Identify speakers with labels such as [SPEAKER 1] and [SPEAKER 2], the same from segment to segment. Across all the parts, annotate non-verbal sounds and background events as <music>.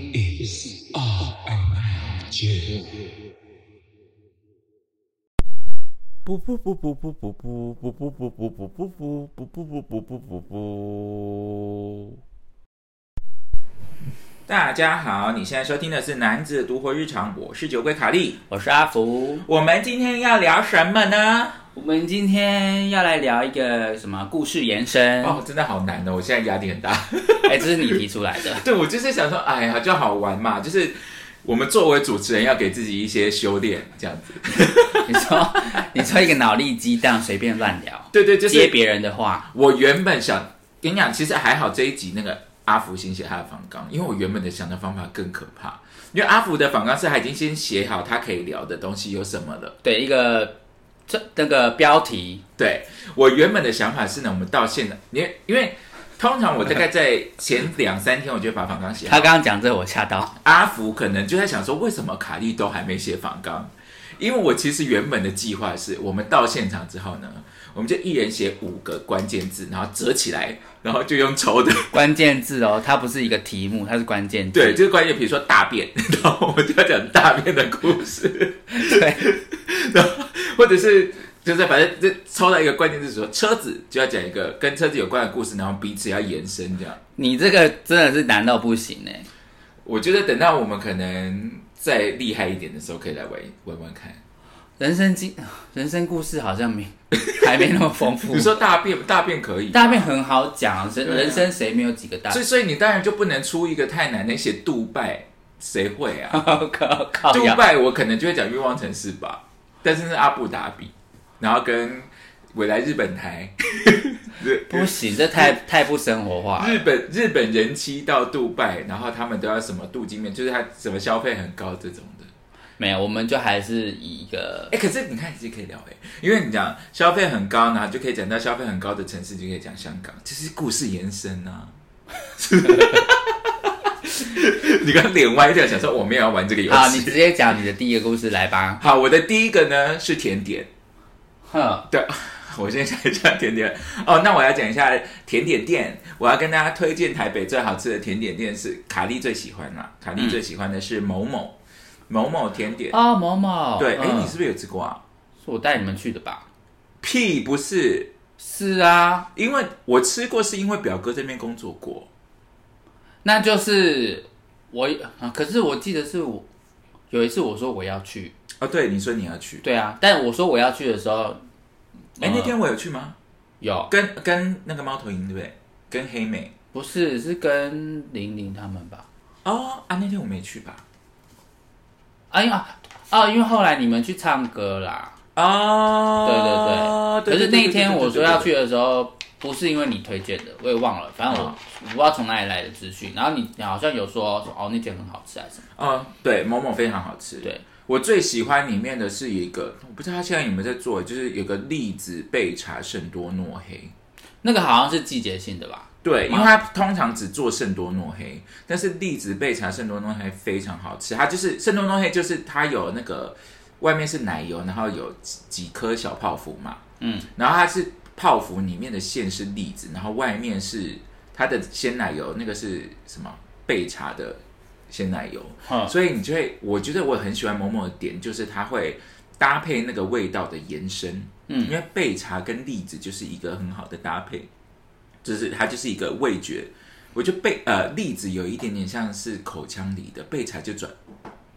[SPEAKER 1] is R and J.
[SPEAKER 2] 不不不不不不不不不不不不不不不不不不不不不。
[SPEAKER 3] 大家好，你现在收听的是《男子的独活日常》，我是酒鬼卡利。
[SPEAKER 4] 我是阿福，
[SPEAKER 3] 我们今天要聊什么呢？
[SPEAKER 4] 我们今天要来聊一个什么故事延伸？哎、
[SPEAKER 3] 哦，真的好难哦，我现在压力很大。。
[SPEAKER 4] 这是你提出来的
[SPEAKER 3] <laughs> 对，我就是想说，哎呀，就好玩嘛，就是我们作为主持人要给自己一些修炼，这样子。
[SPEAKER 4] 你说，你说一个脑力激荡，随便乱聊，
[SPEAKER 3] 对对，就
[SPEAKER 4] 接
[SPEAKER 3] 是
[SPEAKER 4] 别人的话，
[SPEAKER 3] 我原本想跟你讲，其实还好这一集那个阿福先写他的访纲，因为我原本的想的方法更可怕，因为阿福的访纲是他已经先写好他可以聊的东西有什么了。
[SPEAKER 4] 对一个这那个标题，
[SPEAKER 3] 对我原本的想法是呢，我们到现在，因为因为通常我大概在前两三天，我就会把访纲写
[SPEAKER 4] 他
[SPEAKER 3] 好。
[SPEAKER 4] 刚刚讲这，我吓到。
[SPEAKER 3] 阿福可能就在想说，为什么卡莉都还没写访纲？因为我其实原本的计划是，我们到现场之后呢，我们就一人写五个关键字，然后折起来，然后就用抽的。
[SPEAKER 4] 关键字哦，它不是一个题目，它是关键字。
[SPEAKER 3] 对，就是关于比如说大便， <laughs> 然后我们就要讲大便的故事，
[SPEAKER 4] 对，
[SPEAKER 3] <laughs> 然后或者是就是反正就抽到一个关键字说车子，就要讲一个跟车子有关的故事，然后彼此要延伸这样。
[SPEAKER 4] 你这个真的是难到不行哎。
[SPEAKER 3] 我觉得等到我们可能再厉害一点的时候，可以来玩玩玩看。
[SPEAKER 4] 人生经人生故事好像没还没那么丰
[SPEAKER 3] <laughs>
[SPEAKER 4] 富
[SPEAKER 3] 你。说大便大便可以，
[SPEAKER 4] 大便很好讲，人
[SPEAKER 3] 对啊
[SPEAKER 4] 人生谁没有几个大
[SPEAKER 3] 所以所以你当然就不能出一个太难的，写杜拜谁会啊？
[SPEAKER 4] <laughs> 靠靠 <laughs> 靠
[SPEAKER 3] 杜
[SPEAKER 4] 腰
[SPEAKER 3] 拜我可能就会讲欲望城市吧，但是是阿布达比，然后跟未来日本台。 <laughs>
[SPEAKER 4] 不行，这太太不生活化了。
[SPEAKER 3] 日本日本人妻到杜拜，然后他们都要什么镀金面，就是他什么消费很高这种的。
[SPEAKER 4] 没有，我们就还是以一个
[SPEAKER 3] 哎、可是你看，其实可以聊哎、因为你讲消费很高，然后就可以讲到消费很高的城市，就可以讲香港，这是故事延伸啊。 <laughs> 你刚脸歪掉，想说我没有要玩这个游
[SPEAKER 4] 好，啊你
[SPEAKER 3] 戏。
[SPEAKER 4] 直接讲你的第一个故事来吧。
[SPEAKER 3] 好，我的第一个呢是甜点，
[SPEAKER 4] 哼，
[SPEAKER 3] 对， <laughs> 我先讲一下甜点哦。那我要讲一下甜点店，我要跟大家推荐台北最好吃的甜点店是卡莉最喜欢啦，卡莉最喜欢的是某某、某某甜点。
[SPEAKER 4] 嗯哦，某某，
[SPEAKER 3] 对，哎、
[SPEAKER 4] 嗯
[SPEAKER 3] 你是不是有吃过啊？
[SPEAKER 4] 是我带你们去的吧？
[SPEAKER 3] 屁，不是，
[SPEAKER 4] 是啊，
[SPEAKER 3] 因为我吃过，是因为表哥这边工作过。
[SPEAKER 4] 那就是我、啊，可是我记得是我有一次我说我要去，
[SPEAKER 3] 哦，对，你说你要去，
[SPEAKER 4] 对啊，但我说我要去的时候
[SPEAKER 3] 哎、
[SPEAKER 4] 嗯
[SPEAKER 3] 那天我有去吗？
[SPEAKER 4] 有
[SPEAKER 3] 跟跟那个猫头鹰对不对？跟黑美
[SPEAKER 4] 不是是跟玲玲他们吧？
[SPEAKER 3] 哦啊，那天我没去吧？
[SPEAKER 4] 啊，因为啊啊，因为后来你们去唱歌啦，
[SPEAKER 3] 哦，
[SPEAKER 4] 对对对。可是那一天我说要
[SPEAKER 3] 去。
[SPEAKER 4] 去的时候，不是因为你推荐的，我也忘了，反正我
[SPEAKER 3] 嗯
[SPEAKER 4] 我不知道从哪里来的资讯。然后你你好像有说说哦那间很好吃还是什么？
[SPEAKER 3] 哦，对，某某非常好吃。
[SPEAKER 4] 对，
[SPEAKER 3] 我最喜欢里面的是一个，我不知道他现在有没有在做，就是有个栗子焙茶圣多诺黑。
[SPEAKER 4] 那个好像是季节性的吧？
[SPEAKER 3] 对，因为它通常只做圣多诺黑，但是栗子焙茶圣多诺黑非常好吃。它就是圣多诺黑，就是它有那个外面是奶油，然后有几几颗小泡芙嘛，
[SPEAKER 4] 嗯，
[SPEAKER 3] 然后它是泡芙里面的馅是栗子，然后外面是它的鲜奶油，那个是什么焙茶的鲜奶油，
[SPEAKER 4] 哼，
[SPEAKER 3] 所以你就会，我觉得我很喜欢某某的点，就是它会搭配那个味道的延伸，
[SPEAKER 4] 嗯
[SPEAKER 3] 因为焙茶跟栗子就是一个很好的搭配，就是它就是一个味觉。我觉得焙呃栗子有一点点像是口腔里的，焙茶就转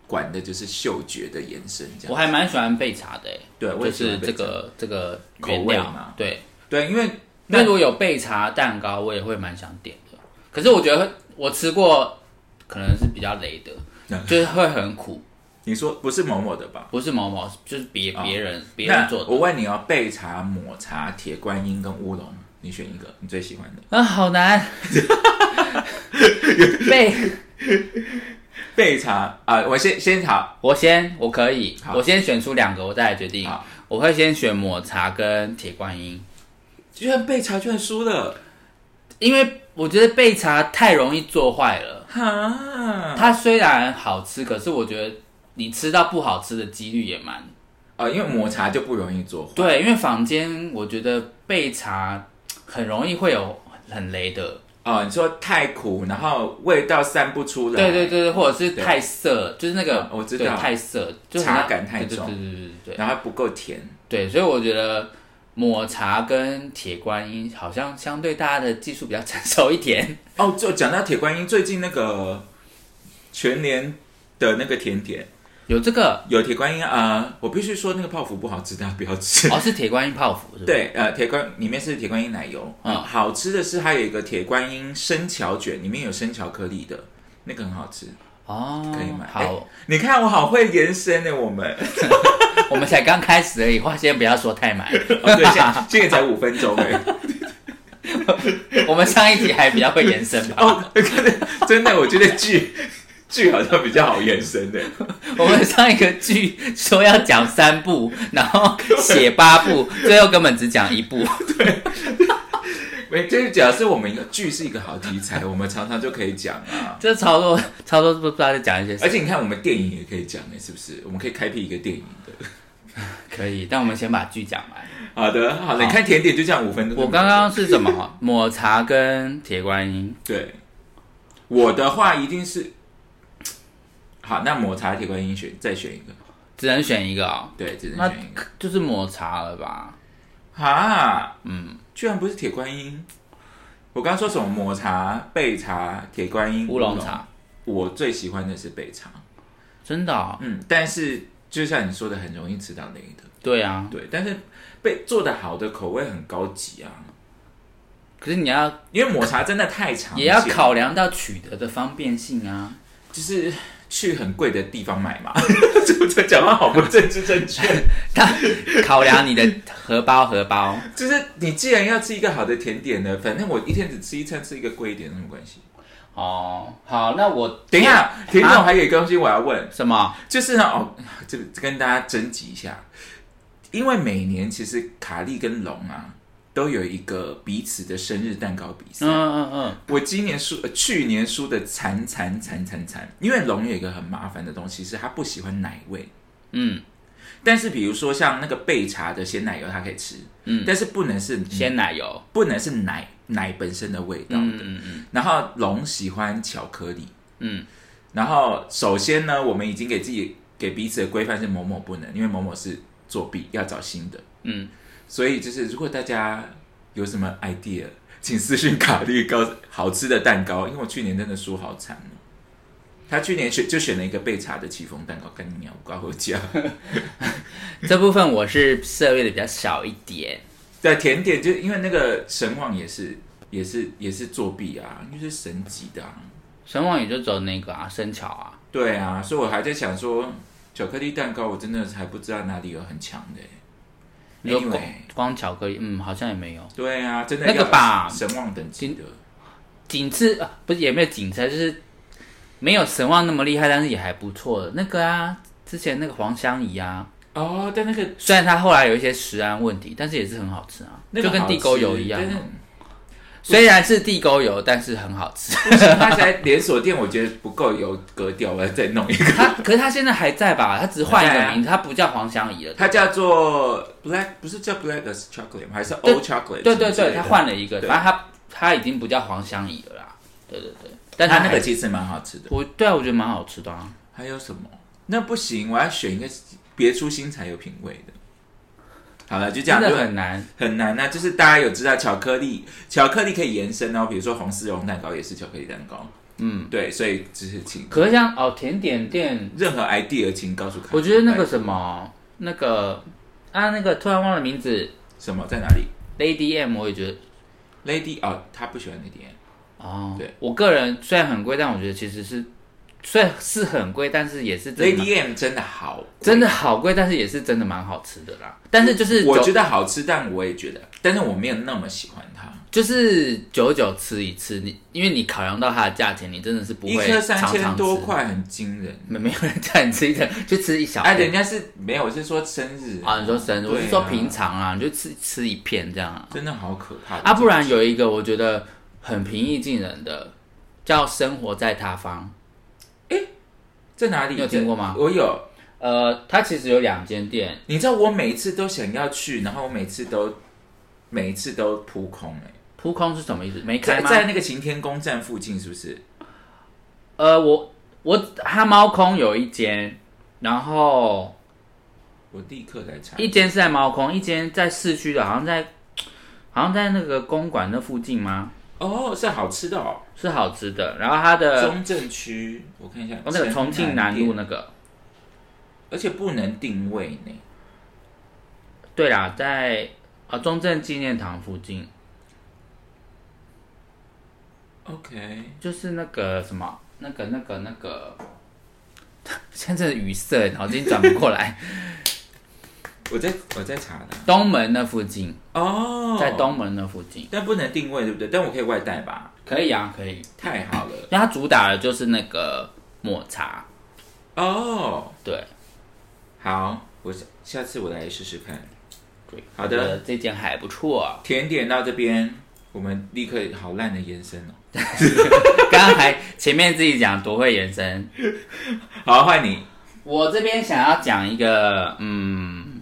[SPEAKER 3] 管的就是嗅觉的延伸，这
[SPEAKER 4] 我
[SPEAKER 3] 样
[SPEAKER 4] 还蛮喜欢焙茶的、欸，
[SPEAKER 3] 对我也
[SPEAKER 4] 就
[SPEAKER 3] 喜欢
[SPEAKER 4] 是
[SPEAKER 3] 焙茶
[SPEAKER 4] 这个这个
[SPEAKER 3] 口
[SPEAKER 4] 原
[SPEAKER 3] 味
[SPEAKER 4] 料
[SPEAKER 3] 嘛
[SPEAKER 4] 对，
[SPEAKER 3] 对，因为
[SPEAKER 4] 那如果有焙茶蛋糕，我也会蛮想点的。可是我觉得我吃过，可能是比较雷的，就是会很苦，
[SPEAKER 3] 你说不是某某的吧？
[SPEAKER 4] 不是某某，就是别别人别
[SPEAKER 3] 那
[SPEAKER 4] 人做的
[SPEAKER 3] 我。问你哦，焙茶、抹茶、铁观音跟乌龙，你选一个你最喜欢的。
[SPEAKER 4] 啊，好难。被
[SPEAKER 3] 焙茶啊、我先先好，
[SPEAKER 4] 我先，我可以
[SPEAKER 3] 好，
[SPEAKER 4] 我先选出两个，我再来决定
[SPEAKER 3] 好。
[SPEAKER 4] 我会先选抹茶跟铁观音，
[SPEAKER 3] 居然焙茶居然输了。
[SPEAKER 4] 因为我觉得焙茶太容易做坏了。
[SPEAKER 3] 哈，
[SPEAKER 4] 它虽然好吃，可是我觉得你吃到不好吃的几率也蛮
[SPEAKER 3] 呃，因为抹茶就不容易做坏。
[SPEAKER 4] 对，因为坊间我觉得焙茶很容易会有很雷的，
[SPEAKER 3] 哦，你说太苦，然后味道散不出来，
[SPEAKER 4] 对对对对，或者是太涩，就是那个
[SPEAKER 3] 嗯我知
[SPEAKER 4] 对
[SPEAKER 3] 道
[SPEAKER 4] 太涩，就是
[SPEAKER 3] 茶
[SPEAKER 4] 那
[SPEAKER 3] 感太
[SPEAKER 4] 对
[SPEAKER 3] 重
[SPEAKER 4] 对对对对对
[SPEAKER 3] 然后不够甜，
[SPEAKER 4] 对，所以我觉得抹茶跟铁观音好像相对大家的技术比较 <laughs> 成熟一点。
[SPEAKER 3] 哦，就讲到铁观音，最近那个全年的那个甜点
[SPEAKER 4] 有这个
[SPEAKER 3] 有铁观音啊、呃我必须说那个泡芙不好吃，大家不要吃。
[SPEAKER 4] 哦，是铁观音泡芙是吧？，
[SPEAKER 3] 对，呃，铁观里面是铁观音奶油，嗯，
[SPEAKER 4] 嗯
[SPEAKER 3] 好吃的是它有一个铁观音生巧卷，里面有生巧颗粒的，那个很好吃，
[SPEAKER 4] 哦，
[SPEAKER 3] 可以买。
[SPEAKER 4] 好
[SPEAKER 3] 哎，你看我好会延伸呢，我们
[SPEAKER 4] 我们才刚开始而已，话先不要说太满。
[SPEAKER 3] 哦，对，现在现在才五分钟哎，
[SPEAKER 4] 我们上一集还比较会延伸吧，
[SPEAKER 3] 哦，真的，我觉得剧剧好像比较好延伸的，
[SPEAKER 4] 我们上一个剧说要讲三部，然后写八部，最后根本只讲一部。
[SPEAKER 3] 没，就是只要是我们一个剧是一个好题材，我们常常就可以讲啊。
[SPEAKER 4] 这超多超多不知道在讲一些什
[SPEAKER 3] 而
[SPEAKER 4] 么，
[SPEAKER 3] 且你看，我们电影也可以讲哎，是不是？我们可以开辟一个电影的。
[SPEAKER 4] 可以，但我们先把剧讲完。
[SPEAKER 3] 好的，好的，你看甜点就这样五分钟。
[SPEAKER 4] 我刚刚是什么？抹茶跟铁观音，
[SPEAKER 3] 对，我的话一定是好，那抹茶铁观音选再选一个，
[SPEAKER 4] 只能选一个哦，
[SPEAKER 3] 对，只能
[SPEAKER 4] 那
[SPEAKER 3] 选一个
[SPEAKER 4] 就是抹茶了吧？
[SPEAKER 3] 啊，嗯，居然不是铁观音。我刚刚说什么抹茶、焙茶、铁观音、
[SPEAKER 4] 乌龙茶，，
[SPEAKER 3] 我最喜欢的是焙茶，
[SPEAKER 4] 真的哦、
[SPEAKER 3] 嗯，但是就像你说的，很容易吃到雷的，
[SPEAKER 4] 对啊。
[SPEAKER 3] 对，但是被做的好的口味很高级啊，
[SPEAKER 4] 可是你要
[SPEAKER 3] 因为抹茶真的太长，
[SPEAKER 4] 也要，考量到取得的方便性
[SPEAKER 3] <laughs>
[SPEAKER 4] 啊。
[SPEAKER 3] 就是去很贵的地方买嘛， <laughs> 这这讲话好不政治正确，
[SPEAKER 4] 他考量你的荷包荷包，
[SPEAKER 3] 就是你既然要吃一个好的甜点呢，反正我一天只吃一餐，吃一个贵一点有什么关系？
[SPEAKER 4] 哦，好，那我
[SPEAKER 3] 等一下，
[SPEAKER 4] 啊
[SPEAKER 3] 甜点我还有一个东西我要问，
[SPEAKER 4] 什么？
[SPEAKER 3] 就是呢，哦，这这跟大家征集一下，因为每年其实卡利跟龙啊都有一个彼此的生日蛋糕比赛。
[SPEAKER 4] 嗯嗯嗯，
[SPEAKER 3] 我今年输，呃去年输的惨惨惨惨惨，因为龙有一个很麻烦的东西是它不喜欢奶味，
[SPEAKER 4] 嗯，
[SPEAKER 3] 但是比如说像那个焙茶的鲜奶油它可以吃，
[SPEAKER 4] 嗯
[SPEAKER 3] 但是不能是
[SPEAKER 4] 鲜奶油，
[SPEAKER 3] 不能是奶奶本身的味道的。
[SPEAKER 4] 嗯嗯嗯
[SPEAKER 3] 然后龙喜欢巧克力。 <laughs>
[SPEAKER 4] 嗯，
[SPEAKER 3] 然后首先呢，我们已经给自己给彼此的规范是某某不能，因为某某是作弊，要找新的。
[SPEAKER 4] 嗯，
[SPEAKER 3] 所以就是如果大家有什么 idea，请 <laughs> 私信卡利告诉好吃的蛋糕，因为我去年真的输好惨哦。他去年选就选了一个被查的戚风蛋糕，跟你娘我搞回 <laughs> 家。
[SPEAKER 4] 这部分我是涉猎的比较少一点。
[SPEAKER 3] 对，甜点就因为那个神王也是也是也是作弊啊，就是神级的啊。
[SPEAKER 4] 神王也就走那个啊，生巧啊，
[SPEAKER 3] 对啊，所以我还在想说，巧克力蛋糕我真的还不知道哪里有很强的欸。
[SPEAKER 4] 你说
[SPEAKER 3] Anyway
[SPEAKER 4] 光光巧克力，嗯，好像也没有。
[SPEAKER 3] 对啊，真的
[SPEAKER 4] 那个
[SPEAKER 3] 要
[SPEAKER 4] 吧
[SPEAKER 3] 神旺等级的。
[SPEAKER 4] 仅次啊，不是也没有仅次，就是没有神旺那么厉害，但是也还不错的那个啊。之前那个黄香怡啊，
[SPEAKER 3] 哦，但那个
[SPEAKER 4] 虽然它后来有一些食安问题，但是也是很好吃啊，
[SPEAKER 3] 那
[SPEAKER 4] 就
[SPEAKER 3] 个
[SPEAKER 4] 跟
[SPEAKER 3] 好
[SPEAKER 4] 地沟
[SPEAKER 3] 吃
[SPEAKER 4] 油一样啊。
[SPEAKER 3] 但是
[SPEAKER 4] 虽然是地沟油，但是很好吃。
[SPEAKER 3] 不行，它在连锁店我觉得不够有格调，我要再弄一个。
[SPEAKER 4] 它 <laughs> 可是它现在还在吧？它只换一
[SPEAKER 3] 还在
[SPEAKER 4] 个
[SPEAKER 3] 啊
[SPEAKER 4] 名字，它不叫黄香怡了。
[SPEAKER 3] 它叫做 Black，不是叫 Black as Chocolate 吗？还是 O
[SPEAKER 4] 对
[SPEAKER 3] Chocolate？
[SPEAKER 4] 对对
[SPEAKER 3] 之类的
[SPEAKER 4] 对，它换了一个，
[SPEAKER 3] 对
[SPEAKER 4] 反正它它已经不叫黄香怡了啦。对对对，但
[SPEAKER 3] 但
[SPEAKER 4] 它
[SPEAKER 3] 它那
[SPEAKER 4] 还
[SPEAKER 3] 个其实蛮好吃的。
[SPEAKER 4] 我对啊，我觉得蛮好吃的啊。
[SPEAKER 3] 还有什么？那不行，我要选一个别出心裁、有品味的。好了，就这
[SPEAKER 4] 真
[SPEAKER 3] 样，
[SPEAKER 4] 的
[SPEAKER 3] 就
[SPEAKER 4] 很难，
[SPEAKER 3] 很难啊，就是大家有知道巧克力，巧克力可以延伸哦，比如说红丝绒蛋糕也是巧克力蛋糕，
[SPEAKER 4] 嗯。
[SPEAKER 3] 对，所以就是请
[SPEAKER 4] 可是像哦，甜点店，
[SPEAKER 3] 任何 idea 请告诉凯。哎
[SPEAKER 4] 我觉得那
[SPEAKER 3] 拜
[SPEAKER 4] 个
[SPEAKER 3] 托
[SPEAKER 4] 什么，那个啊，那个突然忘了名字
[SPEAKER 3] 什么在哪里
[SPEAKER 4] ，Lady M，我也觉得
[SPEAKER 3] ，Lady 哦，他不喜欢 Lady M，
[SPEAKER 4] 哦，
[SPEAKER 3] 对
[SPEAKER 4] 我个人虽然很贵，但我觉得其实是虽然是很贵，但是也是真的
[SPEAKER 3] Lady M 真的好，
[SPEAKER 4] 真的好贵，但是也是真的蛮好吃的啦。但是就是
[SPEAKER 3] 我
[SPEAKER 4] 久
[SPEAKER 3] 觉得好吃，但我也觉得，但是我没有那么喜欢它，
[SPEAKER 4] 就是久久吃一次，你因为你考量到它的价钱，你真的是不
[SPEAKER 3] 一
[SPEAKER 4] 会
[SPEAKER 3] 颗三
[SPEAKER 4] 常常
[SPEAKER 3] 千
[SPEAKER 4] 吃嗯
[SPEAKER 3] 多，块很惊人。
[SPEAKER 4] 没没有人叫你吃一个， <laughs> 就吃一小
[SPEAKER 3] 哎、人家
[SPEAKER 4] 片。
[SPEAKER 3] 是没有，我是说生日
[SPEAKER 4] 啊，你说生日，我
[SPEAKER 3] 对
[SPEAKER 4] 是
[SPEAKER 3] 啊
[SPEAKER 4] 说平常啊，你就吃吃一片这样啊。
[SPEAKER 3] 真的好可怕
[SPEAKER 4] 啊，不然有一个我觉得很平易近人的，叫《生活在他方》。
[SPEAKER 3] 在哪里？
[SPEAKER 4] 你有听过吗
[SPEAKER 3] 我有，
[SPEAKER 4] 呃，它其实有两间店，
[SPEAKER 3] 你知道我每次都想要去，然后我每次都每一次都扑空哎、欸
[SPEAKER 4] 扑空是什么意思？没开
[SPEAKER 3] 在
[SPEAKER 4] 吗？
[SPEAKER 3] 在那个晴天宫站附近，是不是？
[SPEAKER 4] 呃，我我它猫空有一间，然后
[SPEAKER 3] 我立刻来查。
[SPEAKER 4] 一间是在猫空，一间在市区的，好像在好像在那个公馆那附近吗？
[SPEAKER 3] 哦，是好吃的哦，
[SPEAKER 4] 是好吃的。然后它的
[SPEAKER 3] 中正区，呃我看一下，
[SPEAKER 4] 哦那个重庆南路
[SPEAKER 3] 呢，
[SPEAKER 4] 那个，
[SPEAKER 3] 而且不能定位呢。
[SPEAKER 4] 对啦，在啊中正纪念堂附近，
[SPEAKER 3] OK，
[SPEAKER 4] 就是那个什么那个那个那个， <laughs> 现在真的语塞，脑筋转不过来。 <laughs>
[SPEAKER 3] 我在我在查的
[SPEAKER 4] 东门那附近，
[SPEAKER 3] 哦，
[SPEAKER 4] 在，东门那附近，
[SPEAKER 3] 但不能定位，对不对？但我可以外带吧？
[SPEAKER 4] 可以啊，可以。
[SPEAKER 3] 太好了
[SPEAKER 4] 因为它主打的就是那个抹茶，
[SPEAKER 3] 哦，
[SPEAKER 4] 对，
[SPEAKER 3] 好，我下次我来试试看。
[SPEAKER 4] 对
[SPEAKER 3] 好的，
[SPEAKER 4] 我觉得这件还不错。 <laughs>
[SPEAKER 3] 甜点到这边，我们立刻好烂的延伸哦。
[SPEAKER 4] 刚才前面自己讲多会延伸，
[SPEAKER 3] 好，换你。
[SPEAKER 4] 我这边想要讲一个，嗯，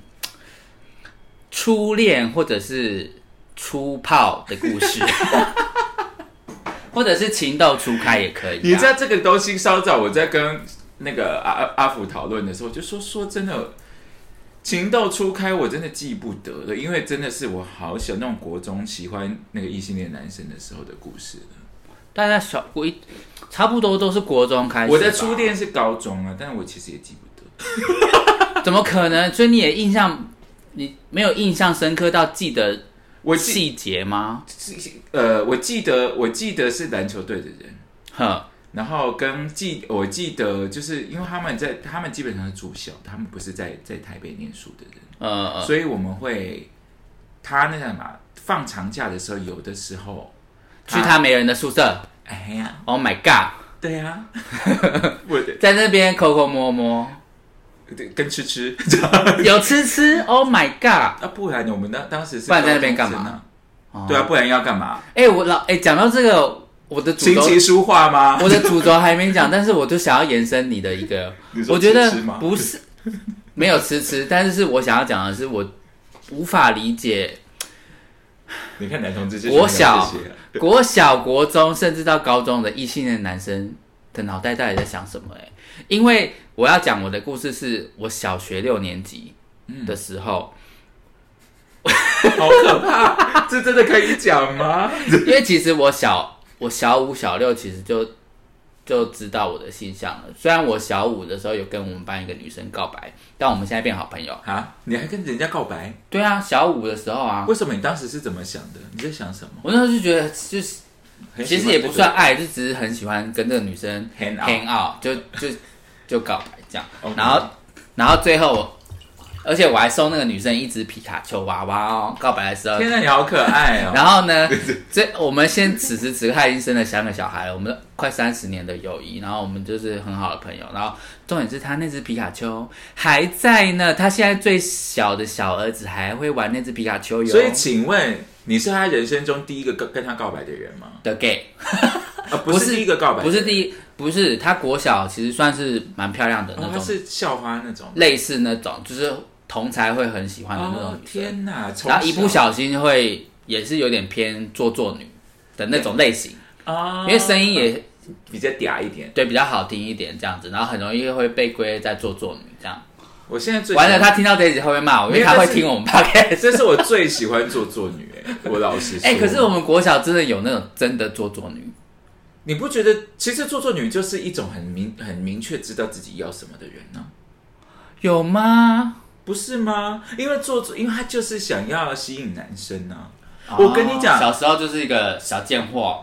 [SPEAKER 4] 初恋或者是初泡的故
[SPEAKER 3] <laughs>
[SPEAKER 4] 事，或者是情窦初开也可以、啊。
[SPEAKER 3] 你知道这个东西稍早我在跟那个阿阿阿福讨论的时候，我就说说真的，情窦初开我真的记不得了，因为真的是我好小那种国中喜欢那个异性恋男生的时候的故事了
[SPEAKER 4] 大家小国一差不多都是国中开始吧。
[SPEAKER 3] 我的初恋是高中啊，但我其实也记不得。
[SPEAKER 4] 怎么可能？所以你也印象，你没有印象深刻到记得
[SPEAKER 3] 我记
[SPEAKER 4] 细节吗？
[SPEAKER 3] 呃，我记得我记得是篮球队的人，
[SPEAKER 4] 哼，
[SPEAKER 3] 然后跟记我记得就是因为他们在他们基本上是住校，他们不是在在台北念书的人。
[SPEAKER 4] 呃呃，
[SPEAKER 3] 所以我们会，他那个嘛，放长假的时候，有的时候，
[SPEAKER 4] 去他没人的宿舍。
[SPEAKER 3] 哎呀，
[SPEAKER 4] Oh my god，
[SPEAKER 3] 对啊呀、
[SPEAKER 4] <laughs>
[SPEAKER 3] 我的
[SPEAKER 4] 在那边抠抠摸摸，
[SPEAKER 3] 对跟吃吃 <laughs>
[SPEAKER 4] 有吃吃。Oh my god，
[SPEAKER 3] 啊，不然呢我们当当时是
[SPEAKER 4] 不然在那边
[SPEAKER 3] 高中生
[SPEAKER 4] 干嘛哦
[SPEAKER 3] 啊？对啊，不然要干嘛？
[SPEAKER 4] 哎、我老哎，讲、到这个，我的主
[SPEAKER 3] 琴
[SPEAKER 4] 轴，
[SPEAKER 3] 棋书画吗？
[SPEAKER 4] <laughs> 我的主轴还没讲，但是我就想要延伸你的一个
[SPEAKER 3] 你，说
[SPEAKER 4] 我觉得
[SPEAKER 3] 吃吃吗
[SPEAKER 4] 不是没有吃吃，但是我想要讲的是我无法理解
[SPEAKER 3] 你看男同志就是
[SPEAKER 4] 国小
[SPEAKER 3] 没有这些、
[SPEAKER 4] 国小、国中，甚至到高中的异性恋男生的脑袋到底在想什么、欸？因为我要讲我的故事是我小学六年级
[SPEAKER 3] 嗯
[SPEAKER 4] 的时候，
[SPEAKER 3] 好可怕，这真的可以讲吗？
[SPEAKER 4] 因为其实我小我小五、小六其实就就知道我的性向了。虽然我小五的时候有跟我们班一个女生告白，但我们现在变好朋友。
[SPEAKER 3] 啊，你还跟人家告白？
[SPEAKER 4] 对啊，小五的时候啊，
[SPEAKER 3] 为什么你当时是怎么想的？你在想什么？
[SPEAKER 4] 我那时候就觉得就是
[SPEAKER 3] 很喜欢
[SPEAKER 4] 其实也不
[SPEAKER 3] 这个
[SPEAKER 4] 算爱，就只是很喜欢跟这个女生
[SPEAKER 3] Hang out
[SPEAKER 4] hang out，就就就告白这样
[SPEAKER 3] OK。
[SPEAKER 4] 然后然后最后我，而且我还送那个女生一只皮卡丘娃娃哦，告白的时候。
[SPEAKER 3] 天哪，你好可爱哦！
[SPEAKER 4] 然后呢，这我们现此时此刻她已经生了三个小孩了，我们快三十年的友谊，然后我们就是很好的朋友。然后重点是她那只皮卡丘还在呢，她现在最小的小儿子还会玩那只皮卡丘哟。
[SPEAKER 3] 所以，请问你是他人生中第一个跟跟他告白的人吗？
[SPEAKER 4] 的 gay。
[SPEAKER 3] 啊，不是第一个告白的人，
[SPEAKER 4] 不是第一，不是她国小其实算是蛮漂亮的那
[SPEAKER 3] 哦，
[SPEAKER 4] 种，
[SPEAKER 3] 他是校花那种。
[SPEAKER 4] 类似那种就是同才会很喜欢的那种
[SPEAKER 3] 哦
[SPEAKER 4] 女生，
[SPEAKER 3] 天哪！从
[SPEAKER 4] 然后一不小心会也是有点偏做作女的那种类型，
[SPEAKER 3] 啊，
[SPEAKER 4] 因为声音也
[SPEAKER 3] 比较嗲一点。
[SPEAKER 4] 对比较好听一点这样子，然后很容易会被归类在做作女这样。
[SPEAKER 3] 我现在最
[SPEAKER 4] 完了，她听到这一集会不会骂我？因为她
[SPEAKER 3] 没有
[SPEAKER 4] 会
[SPEAKER 3] 但是
[SPEAKER 4] 听我们 podcast。
[SPEAKER 3] 哎这是我最喜欢做作女 <laughs> 哎、 <laughs> 我老实说。
[SPEAKER 4] 哎、可是我们国小真的有那种真的做作女，
[SPEAKER 3] 你不觉得其实做作女就是一种很明很明确知道自己要什么的人呢、
[SPEAKER 4] 有吗？
[SPEAKER 3] 不是吗？因为做作，因为她就是想要吸引男生啊。我跟你讲
[SPEAKER 4] 哦小时候就是一个小
[SPEAKER 3] <laughs>
[SPEAKER 4] 贱货，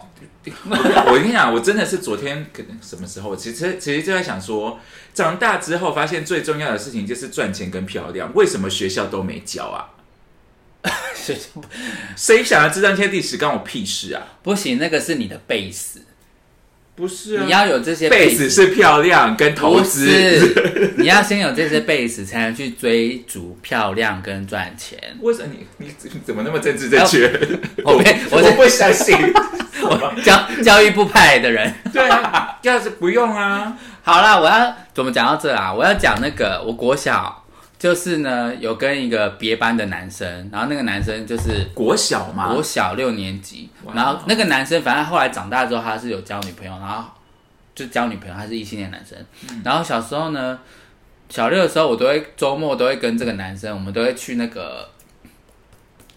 [SPEAKER 3] 我跟你讲，我真的是昨天可能什么时候，其实其实就在想说，长大之后发现最重要的事情就是赚钱跟漂亮，为什么学校都没教啊？
[SPEAKER 4] 学校
[SPEAKER 3] 谁想要知道天地史干我屁事啊？
[SPEAKER 4] 不行，那个是你的 base，
[SPEAKER 3] 不是啊，
[SPEAKER 4] 你要有这些
[SPEAKER 3] 贝斯是漂亮跟投
[SPEAKER 4] 不
[SPEAKER 3] 资，
[SPEAKER 4] 是，你要先有这些 base 才能去追逐漂亮跟赚钱。
[SPEAKER 3] <laughs> 为什么你你你怎么那么政治正确？
[SPEAKER 4] 哦 <laughs> 我被
[SPEAKER 3] <laughs> 我
[SPEAKER 4] 我是
[SPEAKER 3] 不相
[SPEAKER 4] <laughs>
[SPEAKER 3] 信。
[SPEAKER 4] 我 <laughs> 教教育部派来的人。 <laughs>
[SPEAKER 3] 对啊，要是不用啊，
[SPEAKER 4] 好啦，我要怎么讲到这啊？我要讲那个我国小，就是呢有跟一个别班的男生，然后那个男生就是
[SPEAKER 3] 国小嘛，
[SPEAKER 4] 我小六年级，
[SPEAKER 3] 哇
[SPEAKER 4] 然后那个男生反正后来长大之后他是有交女朋友，然后就交女朋友，他是异性恋男生。然后小时候呢，小六的时候我都会周末都会跟这个男生，我们都会去那个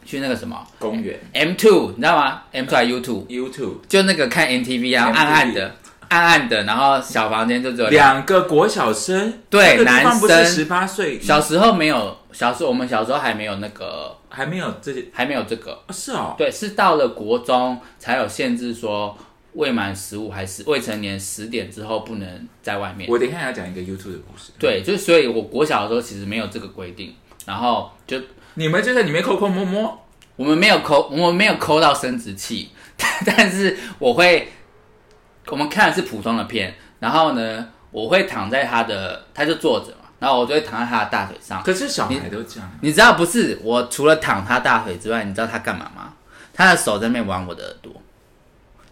[SPEAKER 4] 去那个什么
[SPEAKER 3] 公园
[SPEAKER 4] M two，你知道吗？M two 还 U two，
[SPEAKER 3] YouTube
[SPEAKER 4] 就那个看 MTV 啊，
[SPEAKER 3] MTV
[SPEAKER 4] 暗暗的。暗暗的，然后小房间就只有两
[SPEAKER 3] 两个国小生，
[SPEAKER 4] 啊对
[SPEAKER 3] 这个地方不
[SPEAKER 4] 男
[SPEAKER 3] 是
[SPEAKER 4] 生
[SPEAKER 3] 十八岁，
[SPEAKER 4] 小时候没有，小时候我们小时候还没有那个，
[SPEAKER 3] 还没有这些，
[SPEAKER 4] 还没有这个，
[SPEAKER 3] 哦是哦，
[SPEAKER 4] 对，是到了国中才有限制，说未满十五还是未成年十点之后不能在外面。
[SPEAKER 3] 我等一下要讲一个 YouTube 的故事，，
[SPEAKER 4] 对，就所以，我国小的时候其实没有这个规定，然后就
[SPEAKER 3] 你们就在里面抠抠摸摸，
[SPEAKER 4] 我们没有抠，我们没有抠到生殖器， <laughs> 但是我会，我们看的是普通的片，然后呢，我会躺在他的，他就坐着嘛，然后我就会躺在他的大腿上，
[SPEAKER 3] 可是小孩都这样，啊
[SPEAKER 4] 你知道不是我除了躺他大腿之外，你知道他干嘛吗？他的手在那边玩我的耳朵。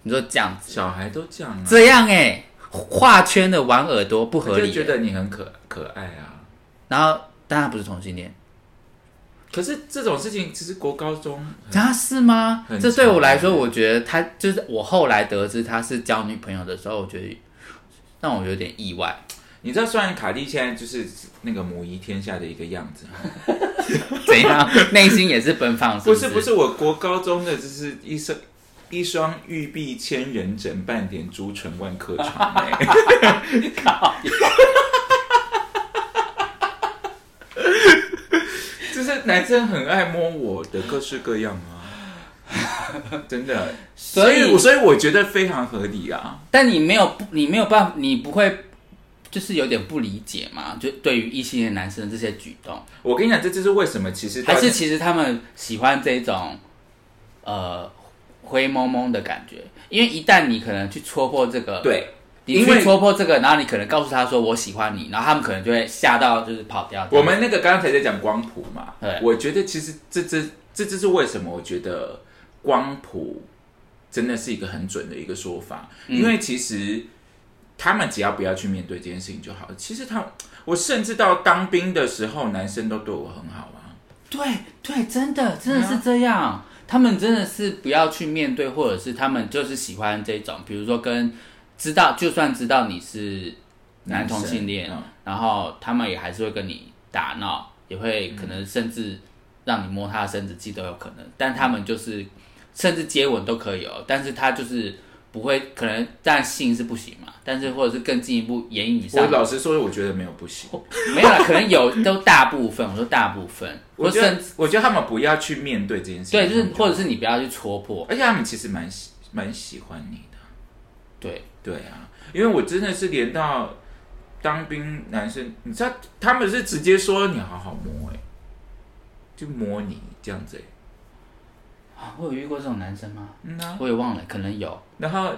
[SPEAKER 4] 你说这样子，
[SPEAKER 3] 小孩都这样啊，
[SPEAKER 4] 这样哎、画圈的玩耳朵不合
[SPEAKER 3] 我
[SPEAKER 4] 理、欸
[SPEAKER 3] 就觉得你很可可爱啊。
[SPEAKER 4] 然后，但他不是同性恋，
[SPEAKER 3] 可是这种事情，其实国高中很
[SPEAKER 4] 他啊是吗
[SPEAKER 3] 很？
[SPEAKER 4] 这对我来说，
[SPEAKER 3] 常欸
[SPEAKER 4] 我觉得他就是我后来得知他是交女朋友的时候，我觉得让我有点意外。
[SPEAKER 3] 你知道，虽然卡莉现在就是那个母仪天下的一个样子，
[SPEAKER 4] 怎
[SPEAKER 3] <laughs>
[SPEAKER 4] 样？内心也是奔放，
[SPEAKER 3] 不
[SPEAKER 4] 是
[SPEAKER 3] 是不是，我国高中的就是一生。一双玉臂千人枕，半点朱唇万客
[SPEAKER 4] <laughs>
[SPEAKER 3] 床、欸。就是男生很爱摸我的各式各样啊，真的。
[SPEAKER 4] 所以
[SPEAKER 3] 所以所以我觉得非常合理啊。
[SPEAKER 4] 但你没有不，你没有办法，你不会就是有点不理解嘛？就对于异性恋男生的这些举动，
[SPEAKER 3] 我跟你讲，这就是为什么其实到
[SPEAKER 4] 还是其实他们喜欢这种呃灰蒙蒙的感觉，因为一旦你可能去戳破这个，，
[SPEAKER 3] 对，
[SPEAKER 4] 你
[SPEAKER 3] 因为
[SPEAKER 4] 去戳破这个，然后你可能告诉他说我喜欢你，然后他们可能就会吓到就是跑掉。
[SPEAKER 3] 我们那个刚才在讲光谱嘛
[SPEAKER 4] 对，
[SPEAKER 3] 我觉得其实这这这就是为什么我觉得光谱真的是一个很准的一个说法，
[SPEAKER 4] 嗯
[SPEAKER 3] 因为其实他们只要不要去面对这件事情就好了。其实他，我甚至到当兵的时候，男生都对我很好啊。
[SPEAKER 4] 对对，真的真的是这样。他们真的是不要去面对，或者是他们就是喜欢这种，比如说跟知道，就算知道你是男同性恋，
[SPEAKER 3] 男生嗯
[SPEAKER 4] 然后他们也还是会跟你打闹，也会可能甚至让你摸他的生殖器都有可能，但他们就是甚至接吻都可以哦，但是他就是不会，可能但性是不行嘛，但是或者是更进一步言语
[SPEAKER 3] 我
[SPEAKER 4] 上
[SPEAKER 3] 老实说，我觉得没有不行。
[SPEAKER 4] 没有啦，可能有都大部分，我说大部分，
[SPEAKER 3] 我
[SPEAKER 4] 或
[SPEAKER 3] 觉
[SPEAKER 4] 甚
[SPEAKER 3] 得，我觉得他们不要去面对这件事情，
[SPEAKER 4] 对，就是或者
[SPEAKER 3] 是，
[SPEAKER 4] 是你不要去戳破，
[SPEAKER 3] 而且他们其实蛮喜蛮喜欢你的。
[SPEAKER 4] 对，
[SPEAKER 3] 对啊，因为我真的是连到当兵男生，你知道他们是直接说你好好摸哎、就摸你这样子、欸，
[SPEAKER 4] 啊我有遇过这种男生吗？
[SPEAKER 3] 嗯啊，
[SPEAKER 4] 我也忘了，可能有，
[SPEAKER 3] 然后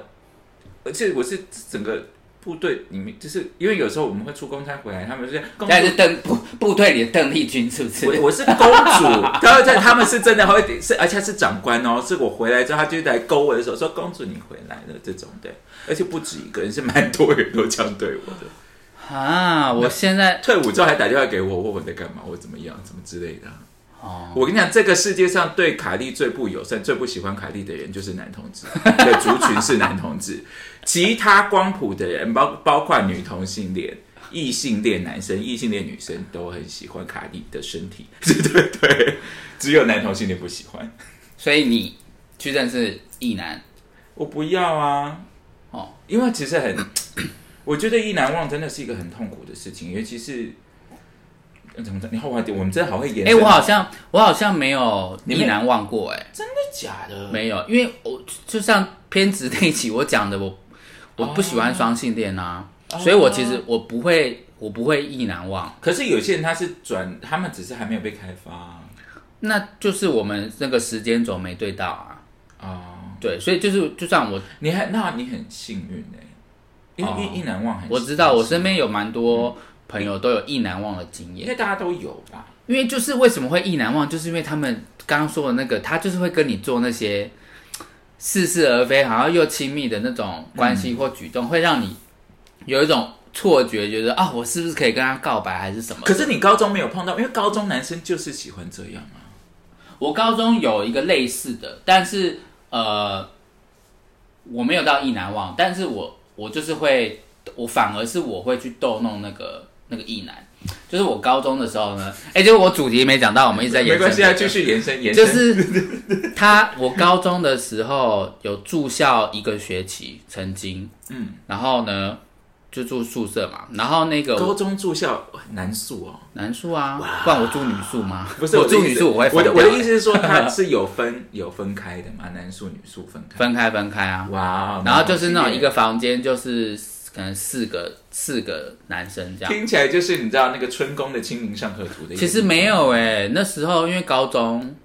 [SPEAKER 3] 而且我是整个部队里面，就是因为有时候我们会出公差回来，他们就是公
[SPEAKER 4] 但是
[SPEAKER 3] 主。
[SPEAKER 4] 邓部部队里的邓丽君是不是？
[SPEAKER 3] 我我是公主，他
[SPEAKER 4] <laughs>
[SPEAKER 3] 会在他们是真的会是，而且是长官哦。是我回来之后，他就来勾我的手，说：“公主，你回来了。”这种对，而且不止一个人，是蛮多人都这样对我的。
[SPEAKER 4] 啊，我现在
[SPEAKER 3] 退伍之后还打电话给我，问我在干嘛，我怎么样，怎么之类的啊。
[SPEAKER 4] 哦，
[SPEAKER 3] 我跟你讲，这个世界上对凯莉最不友善、最不喜欢凯莉的人就是男同志的族群是男同志，其他光谱的人包包括女同性恋、异性恋男生、异性恋女生都很喜欢凯莉的身体， <laughs> 对对对，只有男同性恋不喜欢。
[SPEAKER 4] <laughs> 所以你去认识异男
[SPEAKER 3] 我不要啊，
[SPEAKER 4] 哦，
[SPEAKER 3] 因为其实很，我觉得意难忘真的是一个很痛苦的事情，尤其是。呃怎么讲？你后来我们真的好会演。
[SPEAKER 4] 哎、我好像我好像没有
[SPEAKER 3] 没
[SPEAKER 4] 异
[SPEAKER 3] 有
[SPEAKER 4] 男忘过、哎，
[SPEAKER 3] 真的假的？
[SPEAKER 4] 没有，因为我就像偏执那一期我讲的，我我不喜欢双性恋啊，所以我其实我不会我不会意难忘。
[SPEAKER 3] 可是有些人他是转，他们只是还没有被开发
[SPEAKER 4] 哦
[SPEAKER 3] 啊。
[SPEAKER 4] 那就是我们那个时间轴没对到啊，
[SPEAKER 3] 哦
[SPEAKER 4] 对，所以就是就算我
[SPEAKER 3] 你还那你很幸运哎、因为
[SPEAKER 4] 哦
[SPEAKER 3] 一一难忘很幸运，
[SPEAKER 4] 我知道我身边有蛮多朋友都有意难忘的经
[SPEAKER 3] 应
[SPEAKER 4] 验，
[SPEAKER 3] 该大家都有吧？
[SPEAKER 4] 因为就是为什么会意难忘，就是因为他们刚刚说的那个，他就是会跟你做那些似是而非，好像又亲密的那种关系或举动，会让你有一种错觉，觉得啊，我是不是可以跟他告白还是什么？
[SPEAKER 3] 可是你高中没有碰到，因为高中男生就是喜欢这样啊。
[SPEAKER 4] 我高中有一个类似的，但是呃，我没有到意难忘，但是我我就是会，我反而是我会去逗弄那个那个意难，就是我高中的时候呢，哎、就是我主题没讲到，我们一直在哎延
[SPEAKER 3] 没
[SPEAKER 4] 伸、
[SPEAKER 3] 关系啊，继续延伸延伸。
[SPEAKER 4] 就是他，我高中的时候有住校一个学期，曾经，
[SPEAKER 3] 嗯，
[SPEAKER 4] 然后呢就住宿舍嘛，然后那
[SPEAKER 3] 高
[SPEAKER 4] 个
[SPEAKER 3] 中住校哇男宿哦，
[SPEAKER 4] 男宿啊，不然我住女宿吗？
[SPEAKER 3] 不是
[SPEAKER 4] 我
[SPEAKER 3] 的
[SPEAKER 4] 住
[SPEAKER 3] 意
[SPEAKER 4] 女
[SPEAKER 3] 思
[SPEAKER 4] 宿，我会
[SPEAKER 3] 我的
[SPEAKER 4] 疯
[SPEAKER 3] 我的
[SPEAKER 4] 掉
[SPEAKER 3] 意思是说，它是有分 <laughs> 有分开的嘛，男宿女宿分开。
[SPEAKER 4] 分开分开啊，
[SPEAKER 3] 哇，
[SPEAKER 4] 然后就是那
[SPEAKER 3] 蛮
[SPEAKER 4] 种
[SPEAKER 3] 好
[SPEAKER 4] 一个房间就是可能四个四个男生这样，
[SPEAKER 3] 听起来就是你知道那个春宫的《清明上河图》的一个地方，
[SPEAKER 4] 其实没有哎、那时候因为高中，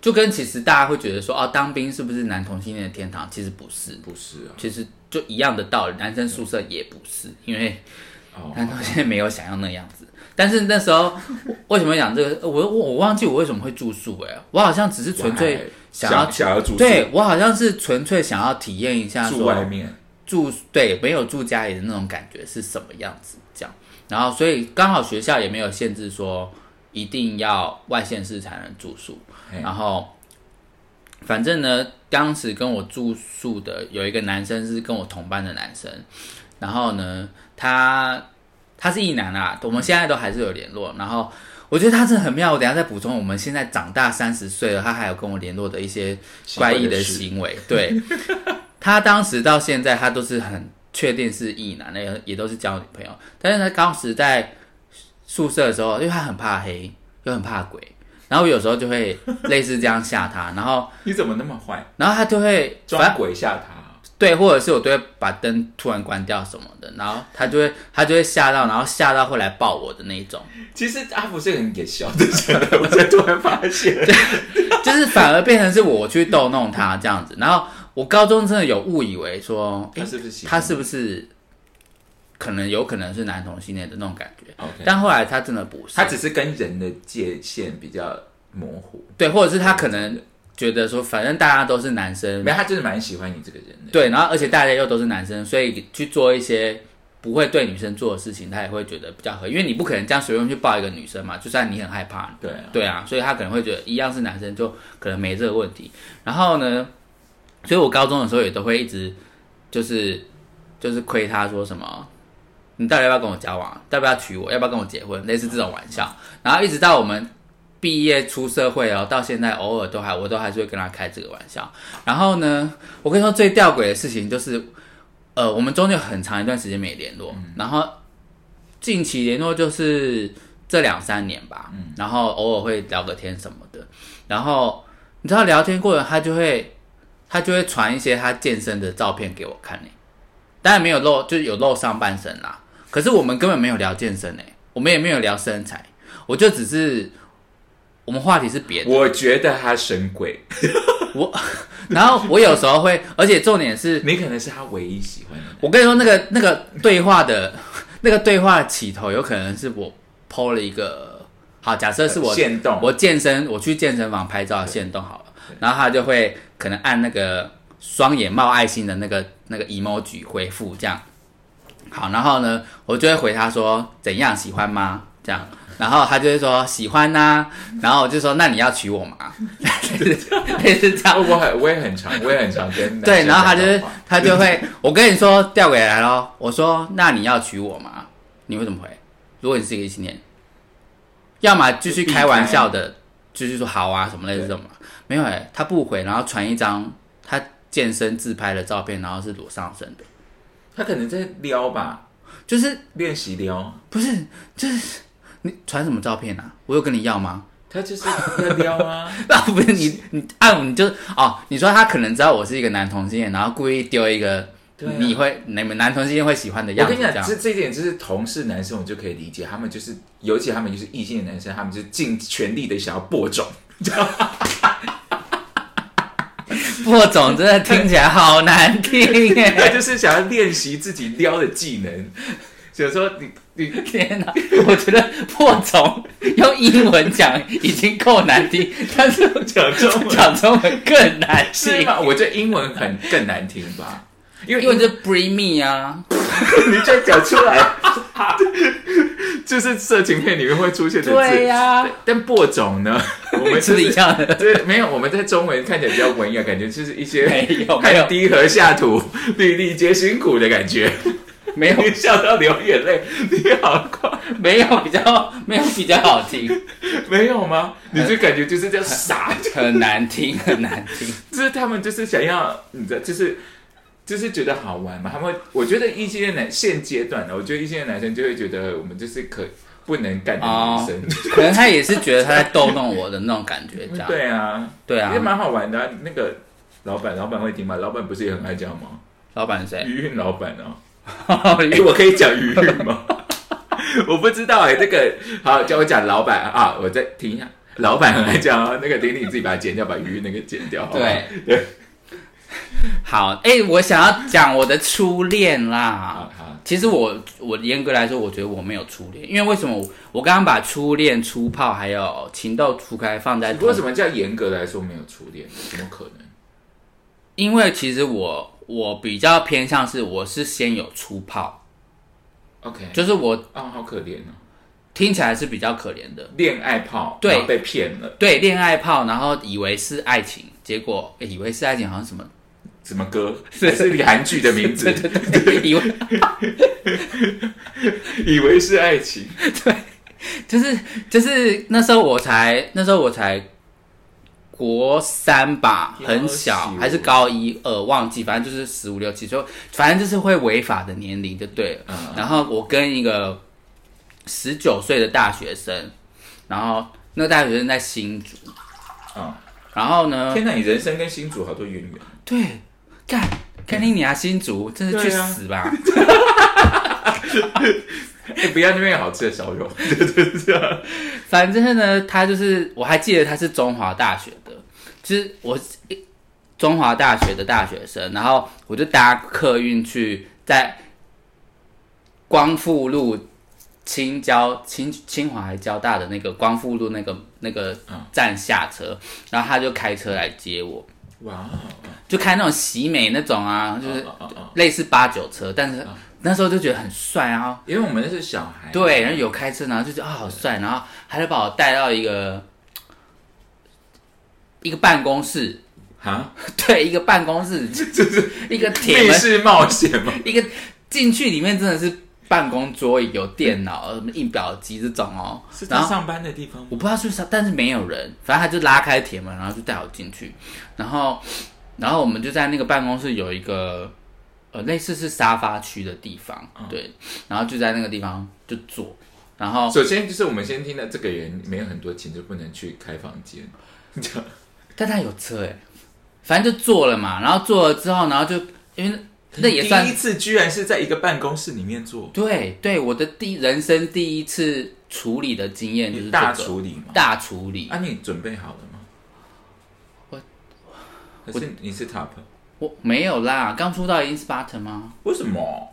[SPEAKER 4] 就跟其实大家会觉得说哦，当兵是不是男同性恋的天堂？其实不是，
[SPEAKER 3] 不是啊，
[SPEAKER 4] 其实就一样的道理，男生宿舍也不是，因为男
[SPEAKER 3] 哦，
[SPEAKER 4] 同性恋没有想要那样子。但是那时候为什么讲这个？我我我忘记我为什么会住宿哎、我好像只是纯粹
[SPEAKER 3] Why？
[SPEAKER 4] 想要
[SPEAKER 3] 想想要住宿
[SPEAKER 4] 对我好像是纯粹想要体验一下
[SPEAKER 3] 住
[SPEAKER 4] 说
[SPEAKER 3] 外面，
[SPEAKER 4] 住对没有住家里的那种感觉是什么样子这样。然后所以刚好学校也没有限制说一定要外县市才能住宿，
[SPEAKER 3] 嘿
[SPEAKER 4] 然后反正呢，当时跟我住宿的有一个男生是跟我同班的男生，然后呢，他他是一男啊，我们现在都还是有联络。然后我觉得他真的很妙，我等一下再补充。我们现在长大三十岁了，他还有跟我联络的一些怪异的行为。对， <laughs> 他当时到现在，他都是很确定是异男，那个也都是交女朋友。但是他当时在宿舍的时候，因为他很怕黑，又很怕鬼，然后有时候就会类似这样吓他，然后
[SPEAKER 3] 你怎么那么坏，
[SPEAKER 4] 然后他就会反
[SPEAKER 3] 装鬼吓他啊？
[SPEAKER 4] 对，或者是我都会把灯突然关掉什么的，然后他就会他就会吓到，然后吓到会来抱我的那一种，
[SPEAKER 3] 其实阿福是个很野小的人，我才突然发现，
[SPEAKER 4] <laughs> 就是反而变成是我去逗弄他这样子。然后我高中真的有误以为说，诶
[SPEAKER 3] 他是不是喜
[SPEAKER 4] 他
[SPEAKER 3] 欢
[SPEAKER 4] 是不是可能有可能是男同性恋的那种感觉？
[SPEAKER 3] OK，
[SPEAKER 4] 但后来他真的不是，
[SPEAKER 3] 他只是跟人的界限比较模糊，
[SPEAKER 4] 对，或者是他可能觉得说，反正大家都是男生
[SPEAKER 3] 没，有，他就是蛮喜欢你这个人的。
[SPEAKER 4] 对，然后而且大家又都是男生，所以去做一些不会对女生做的事情，他也会觉得比较合，因为你不可能这样随便去抱一个女生嘛，就算你很害怕，
[SPEAKER 3] 对啊
[SPEAKER 4] 对啊，所以他可能会觉得一样是男生，就可能没这个问题。然后呢，所以我高中的时候也都会一直就是就是亏他说什么。你到底要不要跟我交往？要不要娶我？要不要跟我结婚？类似这种玩笑，然后一直到我们毕业出社会哦，到现在偶尔都还我都还是会跟他开这个玩笑。然后呢，我跟你说最吊诡的事情就是，呃，我们中间有很长一段时间没联络，然后近期联络就是这两三年吧，然后偶尔会聊个天什么的。然后你知道聊天过程，他就会他就会传一些他健身的照片给我看呢、当然没有露，就是有露上半身啦。可是我们根本没有聊健身呢、我们也没有聊身材，我就只是我们话题是别的。
[SPEAKER 3] 我觉得他神鬼，
[SPEAKER 4] 然后我有时候会，而且重点是，
[SPEAKER 3] 你可能是他唯一喜欢的男。
[SPEAKER 4] 我跟你说那个那个对话的那个对话起头，有可能是我抛了一个，好，假设是我
[SPEAKER 3] 限动
[SPEAKER 4] 我健身，我去健身房拍照的限动好了，然后他就会可能按那个双眼冒爱心的那个那个 emoji 回复这样。好，然后呢，我就会回他说怎样喜欢吗？这样，然后他就会说喜欢呐、然后我就说那你要娶我吗？ <laughs> 类似这样，
[SPEAKER 3] 哦，我很我也很常，我也很常跟男生
[SPEAKER 4] 对，然后他就
[SPEAKER 3] 讲
[SPEAKER 4] 是
[SPEAKER 3] 话
[SPEAKER 4] 他就会，我跟你说调回来咯，我说那你要娶我吗？你会怎么回？如果你是一个异性恋，要么继续开玩笑的，就是说好啊什么类似这种嘛，没有哎、他不回，然后传一张他健身自拍的照片，然后是裸上身的，
[SPEAKER 3] 他可能在撩吧，
[SPEAKER 4] 就是
[SPEAKER 3] 练习撩，
[SPEAKER 4] 不是就是你传什么照片啊？我有跟你要吗？ <laughs>
[SPEAKER 3] 他就是在撩啊。
[SPEAKER 4] 那不是你你啊，你就哦，你说他可能知道我是一个男同性恋，然后故意丢一个。
[SPEAKER 3] 对啊
[SPEAKER 4] 你会你们男同性恋会喜欢的
[SPEAKER 3] 我
[SPEAKER 4] 样子，
[SPEAKER 3] 跟你讲
[SPEAKER 4] 这，样
[SPEAKER 3] 这这一点就是同是男生，我就可以理解，他们就是，尤其他们就是异性的男生，他们就是尽全力的想要播种。
[SPEAKER 4] 播种真的听起来好难
[SPEAKER 3] <laughs>
[SPEAKER 4] 听
[SPEAKER 3] 他
[SPEAKER 4] 耶！
[SPEAKER 3] 就是想要练习自己撩的技能。所以说你你
[SPEAKER 4] 天哪，我觉得播种用英文讲已经够难听，但是我觉
[SPEAKER 3] 讲中
[SPEAKER 4] 得
[SPEAKER 3] 文
[SPEAKER 4] 讲中文更难
[SPEAKER 3] 是
[SPEAKER 4] 听，
[SPEAKER 3] 吗？我觉得英文很更难听吧，因为
[SPEAKER 4] 因为这 bring me 啊，
[SPEAKER 3] 你就讲出来， <laughs> 就是色情片里面会出现的字。
[SPEAKER 4] 对呀
[SPEAKER 3] 对啊 <laughs> 但播种
[SPEAKER 4] <laughs>
[SPEAKER 3] 呢，我们
[SPEAKER 4] 是
[SPEAKER 3] 就
[SPEAKER 4] 一
[SPEAKER 3] 是
[SPEAKER 4] 样的。
[SPEAKER 3] 对，没有，我们在中文看起来比较文啊雅，感觉就是一些
[SPEAKER 4] <laughs> 没有没有
[SPEAKER 3] 汗滴禾下土，粒粒皆辛苦的感觉。
[SPEAKER 4] 没有
[SPEAKER 3] 你 <laughs> 笑到流眼泪，你好快，
[SPEAKER 4] 没有比较没有比较好听，
[SPEAKER 3] 没有吗？你就感觉就是这样
[SPEAKER 4] <laughs>
[SPEAKER 3] 傻，
[SPEAKER 4] 很难听很难听。
[SPEAKER 3] 就是他们就是想要，你知道，就是就是觉得好玩嘛。他们会我觉得异性恋男现阶段的，我觉得异性恋男生就会觉得我们就是可不能干的
[SPEAKER 4] 哦
[SPEAKER 3] 女生。
[SPEAKER 4] 可能他也是觉得他在逗弄我的那种感觉，这样
[SPEAKER 3] 对啊，
[SPEAKER 4] 对
[SPEAKER 3] 也
[SPEAKER 4] 啊。
[SPEAKER 3] 蛮好玩的、啊。那个老板，老板会听吗？老板不是也很爱讲吗？
[SPEAKER 4] 老板是谁？ <laughs>
[SPEAKER 3] 余韵老板啊，哎、我可以讲余韵吗？ <laughs> 我不知道哎、这个好，叫我讲老板啊，我再听一下。老板很爱讲啊，那个婷婷你自己把它剪掉，把余韵那个剪掉。好吧
[SPEAKER 4] 对
[SPEAKER 3] 对，
[SPEAKER 4] <laughs> 好，哎、我想要讲我的初恋啦
[SPEAKER 3] 好。好，
[SPEAKER 4] 其实我我严格来说，我觉得我没有初恋，因为为什么我？我刚刚把初恋、初炮还有情窦初开放在
[SPEAKER 3] 为
[SPEAKER 4] 同
[SPEAKER 3] 什么叫严格来说没有初恋？怎么可能？
[SPEAKER 4] 因为其实我我比较偏向是我是先有初炮，
[SPEAKER 3] OK，就
[SPEAKER 4] 就是我
[SPEAKER 3] 啊、好可怜哦，
[SPEAKER 4] 听起来是比较可怜的，
[SPEAKER 3] 恋爱炮，
[SPEAKER 4] 对
[SPEAKER 3] 然后被骗了，
[SPEAKER 4] 对恋爱炮，然后以为是爱情，结果、诶以为是爱情，好像什么
[SPEAKER 3] 什么歌？还 <laughs> 是韩剧的 <laughs> 名字，
[SPEAKER 4] <laughs> 对，以为
[SPEAKER 3] 以为是爱情。
[SPEAKER 4] 就是就是那时候我才那时候我才国三吧，
[SPEAKER 3] 要
[SPEAKER 4] 很
[SPEAKER 3] 死
[SPEAKER 4] 小
[SPEAKER 3] 我
[SPEAKER 4] 还是高一呃忘记，反正就是十五六七，就反正就是会违法的年龄就对了。
[SPEAKER 3] 嗯
[SPEAKER 4] 然后我跟一个十九岁的大学生，然后那个大学生在新竹，
[SPEAKER 3] 嗯，
[SPEAKER 4] 然后呢，
[SPEAKER 3] 天哪，你人生跟新竹好多渊源。
[SPEAKER 4] 对，干干你娘新竹，真是去
[SPEAKER 3] 对啊
[SPEAKER 4] 死吧！
[SPEAKER 3] 哎、 <laughs> 不要那边有好吃的烧 <laughs> 肉，就是这样。
[SPEAKER 4] 反正呢，他就是我还记得他是中华大学的，就是我是一中华大学的大学生，然后我就搭客运去在光复路青交清清华还交大的那个光复路那个那个站下车，然后他就开车来接我，
[SPEAKER 3] 哇哦
[SPEAKER 4] 就开那种喜美那种啊，就是
[SPEAKER 3] 哦哦哦哦
[SPEAKER 4] 类似八九车，但是那时候就觉得很帅啊，然后
[SPEAKER 3] 因为我们是小孩，
[SPEAKER 4] 对，然后有开车，然后就觉得啊、好帅，然后他就把我带到一个一个办公室， <laughs>
[SPEAKER 3] 啊，
[SPEAKER 4] 对，一个办公室， <laughs> 就是一个铁
[SPEAKER 3] 密
[SPEAKER 4] 门，
[SPEAKER 3] 室冒险嘛，
[SPEAKER 4] 一个进去里面真的是办公桌椅，有电脑、什么印表机这种哦，
[SPEAKER 3] 是
[SPEAKER 4] 然
[SPEAKER 3] 他
[SPEAKER 4] 后
[SPEAKER 3] 上班的地方吗
[SPEAKER 4] 我不知道是不是，但是没有人，反正他就拉开铁门，然后就带我进去，然后，然后我们就在那个办公室有一个呃类似是沙发区的地方，
[SPEAKER 3] 嗯
[SPEAKER 4] 对，然后就在那个地方就坐，然后
[SPEAKER 3] 首先就是我们先听到这个人没有很多钱就不能去开房间，这样
[SPEAKER 4] 但他有车哎、反正就坐了嘛，然后坐了之后，然后就因为那也算
[SPEAKER 3] 第一次，居然是在一个办公室里面做
[SPEAKER 4] 对对，我的第人生第一次处理的经验就是、这个、
[SPEAKER 3] 大处理嘛。
[SPEAKER 4] 大处理，
[SPEAKER 3] 啊，你准备好了吗？
[SPEAKER 4] 我
[SPEAKER 3] 可是你是 top，
[SPEAKER 4] 我没有啦，刚出道一定是 button 吗？
[SPEAKER 3] 为什么？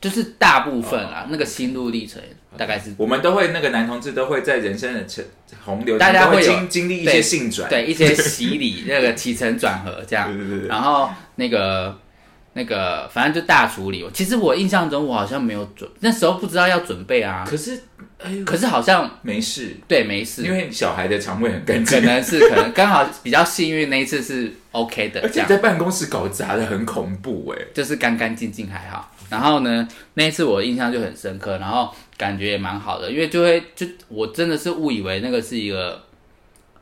[SPEAKER 4] 就是大部分啦，那个心路历程大概是
[SPEAKER 3] 哦我们都会那个男同志都会在人生的成洪流中，
[SPEAKER 4] 大家
[SPEAKER 3] 都会
[SPEAKER 4] 会有
[SPEAKER 3] 经经历一些性转，
[SPEAKER 4] 对一些啊洗礼，那个起承转合这样
[SPEAKER 3] 对对对，对
[SPEAKER 4] 然后那个。那个反正就大处理，其实我印象中我好像没有准，那时候不知道要准备啊。
[SPEAKER 3] 可是哎呦，
[SPEAKER 4] 可是好像
[SPEAKER 3] 没事，
[SPEAKER 4] 对没事，
[SPEAKER 3] 因为小孩的肠胃很干
[SPEAKER 4] 可
[SPEAKER 3] 净，
[SPEAKER 4] 能是可能刚好比较幸运那一次是 OK 的，
[SPEAKER 3] 而
[SPEAKER 4] 这
[SPEAKER 3] 且
[SPEAKER 4] 样
[SPEAKER 3] 在办公室搞砸的很恐怖哎、
[SPEAKER 4] 就是干干净净还好。然后呢，那一次我印象就很深刻，然后感觉也蛮好的，因为就会就我真的是误以为那个是一个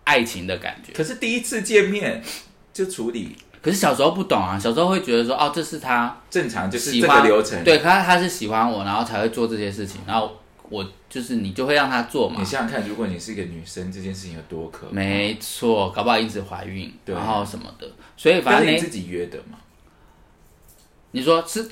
[SPEAKER 4] 爱情的感觉，
[SPEAKER 3] 可是第一次见面就处理
[SPEAKER 4] 可是小时候不懂啊，小时候会觉得说哦，这是他
[SPEAKER 3] 正常，就是
[SPEAKER 4] 喜
[SPEAKER 3] 这
[SPEAKER 4] 欢
[SPEAKER 3] 个流程。，
[SPEAKER 4] 对他他是喜欢我，然后才会做这些事情，然后我就是你就会让他做嘛
[SPEAKER 3] 你，想想看，如果你是一个女生，这件事情有多可怕？
[SPEAKER 4] 没错，搞不好一直怀孕，
[SPEAKER 3] 对
[SPEAKER 4] 然后什么的，所以反
[SPEAKER 3] 反
[SPEAKER 4] 正
[SPEAKER 3] 正你
[SPEAKER 4] 那
[SPEAKER 3] 自己约的嘛。
[SPEAKER 4] 你说是，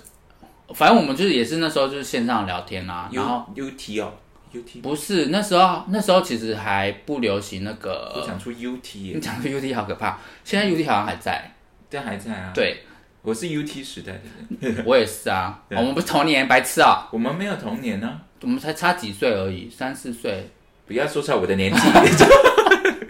[SPEAKER 4] 反正我们就是也是那时候就是线上聊天啦、然后
[SPEAKER 3] U U T 哦，U T
[SPEAKER 4] 不是那时候那时候其实还不流行那
[SPEAKER 3] 我
[SPEAKER 4] 个，
[SPEAKER 3] 想出 U T，嗯
[SPEAKER 4] 你
[SPEAKER 3] 耶
[SPEAKER 4] <laughs> 讲的 UT 好可怕，现在 UT 好像还在，
[SPEAKER 3] 但还在啊。，
[SPEAKER 4] 对
[SPEAKER 3] 我是 U T 时代的人，
[SPEAKER 4] 我也是啊，
[SPEAKER 3] <laughs> 对
[SPEAKER 4] 我们不是同年白痴啊，
[SPEAKER 3] 我们没有童年呢、
[SPEAKER 4] 我们才差几岁而已，三四岁，
[SPEAKER 3] 不要说出来我的年纪。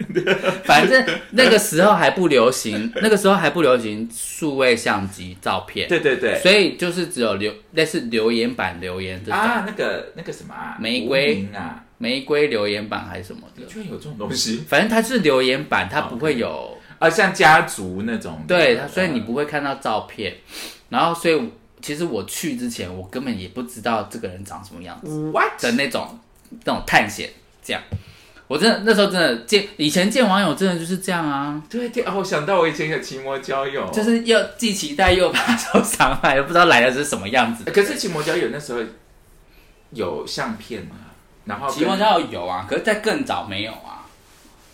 [SPEAKER 3] 的，
[SPEAKER 4] 反正 <laughs> 那个时候还不
[SPEAKER 3] <laughs>
[SPEAKER 4] 流行，那个时候还不流行数位相机照片，
[SPEAKER 3] <laughs> 对对
[SPEAKER 4] <laughs>
[SPEAKER 3] 对，
[SPEAKER 4] 所以就是只有留类似留言板留言这种、
[SPEAKER 3] 啊，那个那个什么、啊、
[SPEAKER 4] 玫瑰
[SPEAKER 3] 无名啊，
[SPEAKER 4] 玫瑰留言板还是什么的，
[SPEAKER 3] 居然有这种东西
[SPEAKER 4] 反正它是留言板，它不会有
[SPEAKER 3] 啊，像家族那种的，
[SPEAKER 4] 对，它所以你不会看到照片，然后所以其实我去之前，我根本也不知道这个人长什么样子。
[SPEAKER 3] what
[SPEAKER 4] 的那种那种探险，这样。我真的那时候真的见以前见网友真的就是这样啊，
[SPEAKER 3] 对对哦，我想到我以前有骑摩交友，
[SPEAKER 4] 就是又既期待又怕受伤害，又不知道来的是什么样子
[SPEAKER 3] 呃。可是骑摩交友那时候有相片嘛，然后跟
[SPEAKER 4] 期望到有啊，可是在更早没有啊。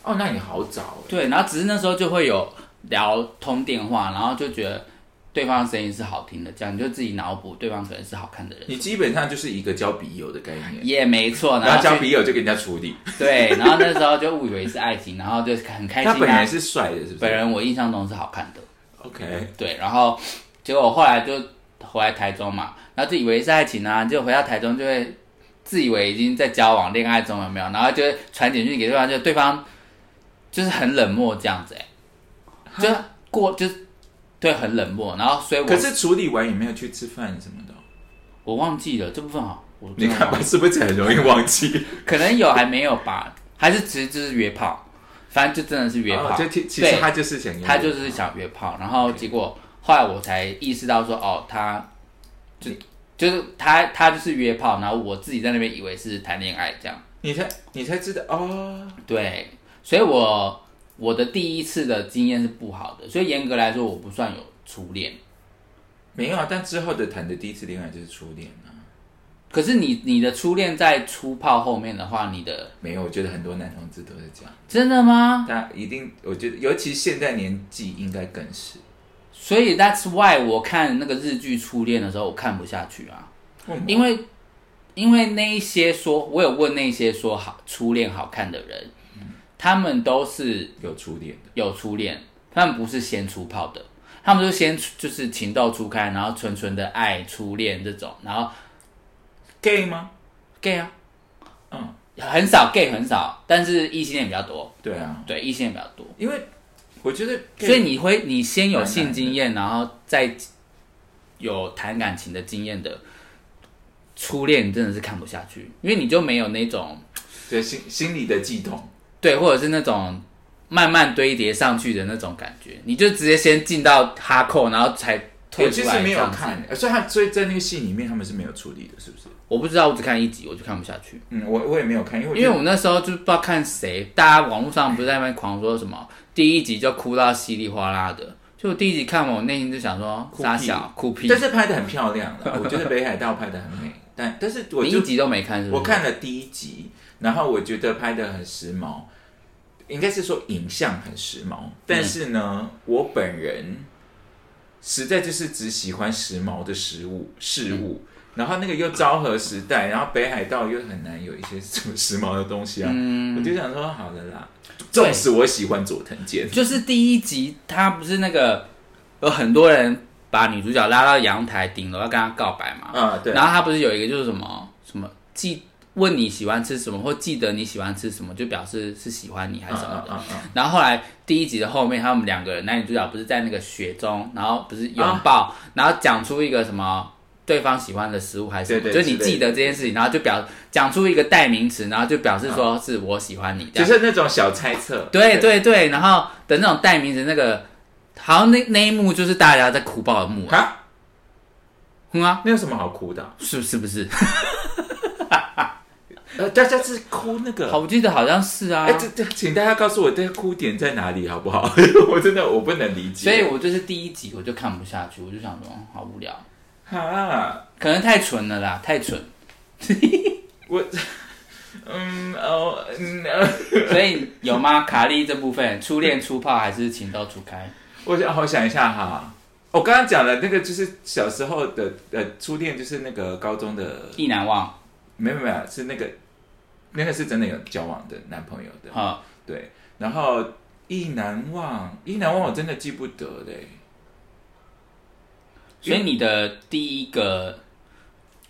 [SPEAKER 3] 哦，那你好早哎，
[SPEAKER 4] 对，然后只是那时候就会有聊通电话，然后就觉得对方的声音是好听的，这样你就自己脑补对方可能是好看的人。
[SPEAKER 3] 你基本上就是一个交笔友的概念，
[SPEAKER 4] 也、没错，
[SPEAKER 3] 然
[SPEAKER 4] 然
[SPEAKER 3] 后
[SPEAKER 4] 后
[SPEAKER 3] 交
[SPEAKER 4] 去
[SPEAKER 3] 笔友就给人家处理，
[SPEAKER 4] <laughs> 对，然后那时候就误以为是爱情，然后就很开心、
[SPEAKER 3] 他
[SPEAKER 4] 啊。
[SPEAKER 3] 本人是帅的，是不
[SPEAKER 4] 本
[SPEAKER 3] 是
[SPEAKER 4] 人我印象中是好看的，
[SPEAKER 3] ？OK，
[SPEAKER 4] 对，然后结果我后来就回来台中嘛，然后就以为是爱情啊，结果回到台中就会自以为已经在交往恋爱中有没有，然后就会传简讯给对方，就对方就是很冷漠这样子、欸，哎，就过就是对很冷漠，然后所以我
[SPEAKER 3] 可是处理完也没有去吃饭什么的哦，
[SPEAKER 4] 我忘记了这部分哈，我
[SPEAKER 3] 你看吧，是不是很容易忘记？
[SPEAKER 4] 可能有还没有吧，还是其实就是约炮，反正就真的是约
[SPEAKER 3] 哦
[SPEAKER 4] 炮，
[SPEAKER 3] 就其其实
[SPEAKER 4] 对
[SPEAKER 3] 他就是想用
[SPEAKER 4] 他就是想约炮，然后结果后来我才意识到说，哦，他就就是他他就是约炮，然后我自己在那边以为是谈恋爱这样，
[SPEAKER 3] 你才你才知道哦，
[SPEAKER 4] 对，所以我我的第一次的经验是不好的，所以严格来说我不算有初恋，
[SPEAKER 3] 没有啊，但之后的谈的第一次恋爱就是初恋啊。
[SPEAKER 4] 可是你你的初恋在初炮后面的话，你的
[SPEAKER 3] 没有，我觉得很多男同志都是这样，
[SPEAKER 4] 真的吗？
[SPEAKER 3] 但一定，我觉得尤其现在年纪应该更是。
[SPEAKER 4] 所以 that's why 我看那个日剧《初恋》的时候，我看不下去啊。因为因为那一些说，我有问那些说好初恋好看的人，他们都是
[SPEAKER 3] 有初恋的，
[SPEAKER 4] 有初恋，他们不是先出炮的，他们就先出就是情窦初开，然后纯纯的爱初恋这种，然后
[SPEAKER 3] gay 吗？
[SPEAKER 4] gay 啊，
[SPEAKER 3] 嗯，
[SPEAKER 4] 很少 gay 很少，但是异性恋比较多，
[SPEAKER 3] 对啊，
[SPEAKER 4] 对，异性恋比较多，
[SPEAKER 3] 因为我觉得 gay，
[SPEAKER 4] 所以你会你先有性经验，然后再有谈感情的经验的。初恋你真的是看不下去，因为你就没有那种
[SPEAKER 3] 对心心里的悸动，
[SPEAKER 4] 对，或者是那种慢慢堆叠上去的那种感觉，你就直接先进到哈扣，然后才退
[SPEAKER 3] 我
[SPEAKER 4] 出
[SPEAKER 3] 其
[SPEAKER 4] 来。
[SPEAKER 3] 实没有，看，呃所以他所以在那个戏里面他们是没有处理的，是不是？
[SPEAKER 4] 我不知道，我只看一集我就看不下去，
[SPEAKER 3] 嗯，我我也没有看，因为我
[SPEAKER 4] 因
[SPEAKER 3] 觉
[SPEAKER 4] 为
[SPEAKER 3] 得
[SPEAKER 4] 我那时候就不知道看谁，大家网络上不是在那边狂说什么，第一集就哭到稀里哗啦的。就我第一集看完，我内心就想说
[SPEAKER 3] 哭屁
[SPEAKER 4] 傻小哭屁，
[SPEAKER 3] 但是拍的很漂亮了，我觉得北海道拍的很美，但但是我
[SPEAKER 4] 你
[SPEAKER 3] 就
[SPEAKER 4] 一集都没看是不是？
[SPEAKER 3] 我看了第一集，然后我觉得拍的很时髦，应该是说影像很时髦，但是呢，我本人实在就是只喜欢时髦的食物事物。
[SPEAKER 4] 嗯
[SPEAKER 3] 然后那个又昭和时代，然后北海道又很难有一些什么时髦的东西啊，
[SPEAKER 4] 嗯
[SPEAKER 3] 我就想说好了啦。纵使我喜欢佐藤健，
[SPEAKER 4] 就是第一集，他不是那个有很多人把女主角拉到阳台顶楼要跟她告白嘛？
[SPEAKER 3] 啊对
[SPEAKER 4] 然后他不是有一个就是什么什么记问你喜欢吃什么，或记得你喜欢吃什么，就表示是喜欢你还
[SPEAKER 3] 啊
[SPEAKER 4] 是什么
[SPEAKER 3] 啊
[SPEAKER 4] 的。
[SPEAKER 3] 啊啊！
[SPEAKER 4] 然后后来第一集的后面，他们两个人男女主角不是在那个雪中，然后不是拥抱，
[SPEAKER 3] 啊
[SPEAKER 4] 然后讲出一个什么对方喜欢的食物还是什么，
[SPEAKER 3] 对对
[SPEAKER 4] 就是你
[SPEAKER 3] 之类的
[SPEAKER 4] 记得这件事情，然后就表讲出一个代名词，然后就表示说是我喜欢你这
[SPEAKER 3] 就
[SPEAKER 4] 样。
[SPEAKER 3] 是那种小猜测，
[SPEAKER 4] 对对对，然后的那种代名词，那个好像那那一幕就是大家在哭爆的幕啊，
[SPEAKER 3] 啊，
[SPEAKER 4] 嗯啊，
[SPEAKER 3] 那有什么好哭的啊、
[SPEAKER 4] 是是不是？
[SPEAKER 3] 呃，大家是哭那个
[SPEAKER 4] 好，我记得好像是啊
[SPEAKER 3] 哎、，这这，请大家告诉我这个哭点在哪里好不好？ <laughs> 我真的我不能理解。
[SPEAKER 4] 所以我就是第一集我就看不下去，我就想说嗯好无聊，
[SPEAKER 3] 哈，
[SPEAKER 4] 可能太蠢了啦，太蠢，
[SPEAKER 3] 我嗯哦嗯，呃
[SPEAKER 4] 所以有吗？卡莉这部分初恋初炮还是情窦初开？
[SPEAKER 3] 我想好想一下哈。我刚刚讲了那个，就是小时候的呃初恋，就是那个高中的，
[SPEAKER 4] 意难忘，
[SPEAKER 3] 没有没有，是那个那个是真的有交往的男朋友的，
[SPEAKER 4] 哈，
[SPEAKER 3] 对。然后意难忘，意难忘我真的记不得嘞。
[SPEAKER 4] 所以你的第一个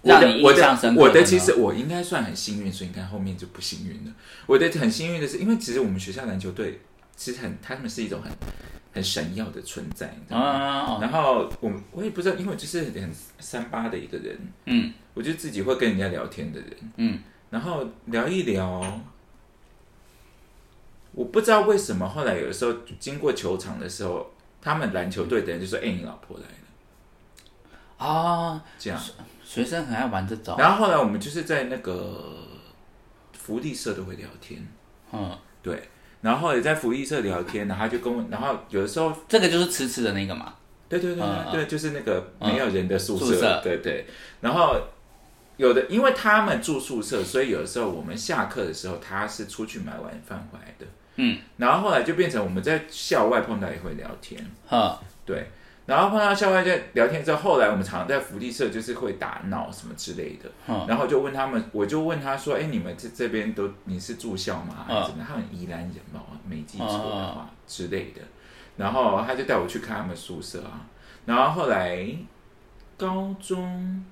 [SPEAKER 3] 我
[SPEAKER 4] 让
[SPEAKER 3] 的
[SPEAKER 4] 你
[SPEAKER 3] 我
[SPEAKER 4] 印象
[SPEAKER 3] 的
[SPEAKER 4] 深刻
[SPEAKER 3] 我的
[SPEAKER 4] 呢
[SPEAKER 3] 其实我应该算很幸运，所以应该后面就不幸运了。我的很幸运的是，因为其实我们学校篮球队其实很，他们是一种很很闪耀的存在，你知道吗？
[SPEAKER 4] 啊，
[SPEAKER 3] 然后我我也不知道，因为我就是很三八的一个人，
[SPEAKER 4] 嗯，
[SPEAKER 3] 我就自己会跟人家聊天的人，
[SPEAKER 4] 嗯，
[SPEAKER 3] 然后聊一聊，我不知道为什么后来有的时候经过球场的时候，他们篮球队的人就说：“哎、你老婆来了。
[SPEAKER 4] 哦，”
[SPEAKER 3] 这样，
[SPEAKER 4] 学生很爱玩这种，
[SPEAKER 3] 然后后来我们就是在那个福利社都会聊天，
[SPEAKER 4] 嗯，
[SPEAKER 3] 对，然后也在福利社聊天，然后他就跟我，然后有的时候
[SPEAKER 4] 这个就是迟迟的那个嘛，
[SPEAKER 3] 对对对对
[SPEAKER 4] 嗯嗯
[SPEAKER 3] 对，就是那个没有人的宿
[SPEAKER 4] 宿舍
[SPEAKER 3] 对对。然后有的，因为他们住宿舍，所以有的时候我们下课的时候，他是出去买晚饭回来的。
[SPEAKER 4] 嗯，
[SPEAKER 3] 然后后来就变成我们在校外碰到也会聊天，
[SPEAKER 4] 哼，
[SPEAKER 3] 对。然后碰到校外在聊天之后，后来我们常常在福利社就是会打闹什么之类的。
[SPEAKER 4] 嗯
[SPEAKER 3] 然后就问他们，我就问他说：“哎，你们这这边都你是住校吗？还
[SPEAKER 4] 嗯
[SPEAKER 3] 是怎么样？”他们啊宜兰人嘛，我没记错的话啊之类的。然后他就带我去看他们宿舍啊。然后后来高中，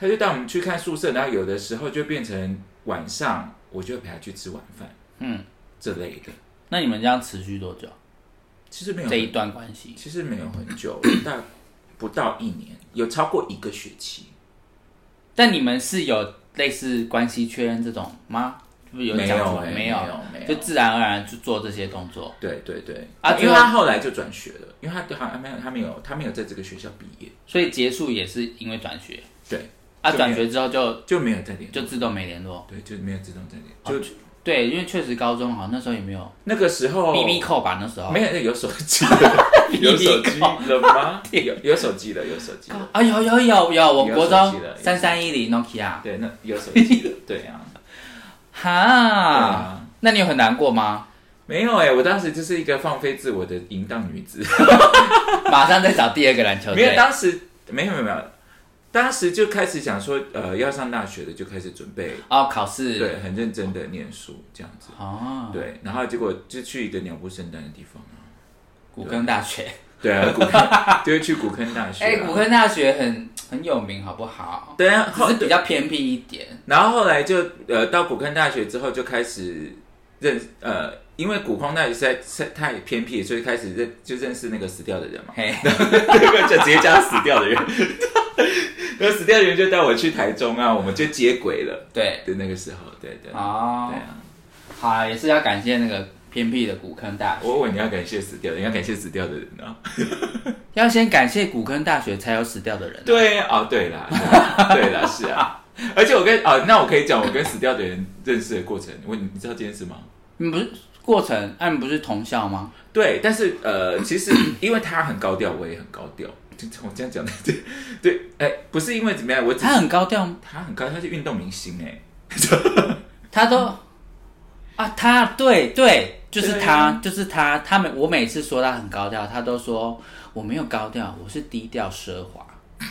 [SPEAKER 3] 他就带我们去看宿舍，然后有的时候就变成晚上，我就陪他去吃晚饭
[SPEAKER 4] 嗯，
[SPEAKER 3] 这类的。
[SPEAKER 4] 那你们这样持续多久？
[SPEAKER 3] 其实没有
[SPEAKER 4] 这一
[SPEAKER 3] 很，
[SPEAKER 4] 段关系
[SPEAKER 3] 其实没有很
[SPEAKER 4] <coughs>
[SPEAKER 3] 久，但不到一年，有超过一个学期。
[SPEAKER 4] 但你们是有类似关系确认这种吗？是不是有
[SPEAKER 3] 没有
[SPEAKER 4] 讲什么
[SPEAKER 3] 欸
[SPEAKER 4] 没
[SPEAKER 3] 没有没有
[SPEAKER 4] 就自然而然去做这些动作。
[SPEAKER 3] 对对对，
[SPEAKER 4] 啊
[SPEAKER 3] 因为
[SPEAKER 4] 最后
[SPEAKER 3] 他后来就转学了，因为他他他没有他没有他没有在这个学校毕业，
[SPEAKER 4] 所以结束也是因为转学
[SPEAKER 3] 对，
[SPEAKER 4] 啊，
[SPEAKER 3] 就没有
[SPEAKER 4] 转学之后就
[SPEAKER 3] 就没有再联络，
[SPEAKER 4] 就自哦动没联络。
[SPEAKER 3] 对就没有自动再联，就
[SPEAKER 4] 对，因为确实高中好像那时候也没有
[SPEAKER 3] 那个时候
[SPEAKER 4] B B 扣吧，那时候
[SPEAKER 3] 哦没有有手机
[SPEAKER 4] <laughs>
[SPEAKER 3] 了，有手机了吗？有有手机了，有手机了，
[SPEAKER 4] 啊，有有有有，我
[SPEAKER 3] 有
[SPEAKER 4] 国
[SPEAKER 3] 手
[SPEAKER 4] 中
[SPEAKER 3] 机了有
[SPEAKER 4] 三三一零 Nokia
[SPEAKER 3] 对，那有手机了，对
[SPEAKER 4] <laughs>
[SPEAKER 3] 啊，对
[SPEAKER 4] 哈，
[SPEAKER 3] 啊，
[SPEAKER 4] 那你有很难过吗？
[SPEAKER 3] 没有哎、我当时就是一个放飞自我的淫荡女子，
[SPEAKER 4] 马上再找第二个篮球
[SPEAKER 3] 没有
[SPEAKER 4] 队。
[SPEAKER 3] 当时没有没有没有，当时就开始想说，呃，要上大学的就开始准备，
[SPEAKER 4] 哦，考试
[SPEAKER 3] 对，很认真的念书这样子。
[SPEAKER 4] 哦，
[SPEAKER 3] 对，然后结果就去一个鸟不生蛋的地方啊。
[SPEAKER 4] 古坑大学，
[SPEAKER 3] 对啊，古坑就会去古坑大学、啊。
[SPEAKER 4] 哎，古坑大学很很有名，好不好？
[SPEAKER 3] 对啊，
[SPEAKER 4] 只
[SPEAKER 3] 后
[SPEAKER 4] 是比较偏僻一点。
[SPEAKER 3] 然后后来就呃到古坑大学之后就开始认呃，因为古坑大学实在是太偏僻，所以开始认就认识那个死掉的人嘛，
[SPEAKER 4] 嘿，
[SPEAKER 3] 对，就直接叫他死掉的人。那死掉的人就带我去台中啊，我们就接轨了。
[SPEAKER 4] 对，
[SPEAKER 3] 对，那个时候，对对，
[SPEAKER 4] 哦
[SPEAKER 3] 对，啊。
[SPEAKER 4] 好啊，也是要感谢那个偏僻的古坑大学，
[SPEAKER 3] 我问你要感谢死掉的，你要感谢死掉的人
[SPEAKER 4] <laughs>
[SPEAKER 3] 啊。
[SPEAKER 4] 要先感谢古坑大学才有死掉的人。
[SPEAKER 3] 对哦，对啦，对啦对啦，是
[SPEAKER 4] <laughs>
[SPEAKER 3] 啊。而且我跟哦，那我可以讲我跟死掉的人认识的过程。我你知道这件事吗？
[SPEAKER 4] 你们不是过程，啊，你们不是同校吗？
[SPEAKER 3] 对，但是呃，其实因为他很高调，我也很高调。就我这样讲的， <laughs> 对对，哎，不是因为怎么样，我只
[SPEAKER 4] 他
[SPEAKER 3] 是
[SPEAKER 4] 很高调，
[SPEAKER 3] 他很高调，他是运动明星哎， <laughs>
[SPEAKER 4] 他都啊，他对对，就是
[SPEAKER 3] 对
[SPEAKER 4] 他
[SPEAKER 3] 啊，
[SPEAKER 4] 就是他。他们我每次说他很高调，他都说我没有高调，我是低调奢华。 <laughs>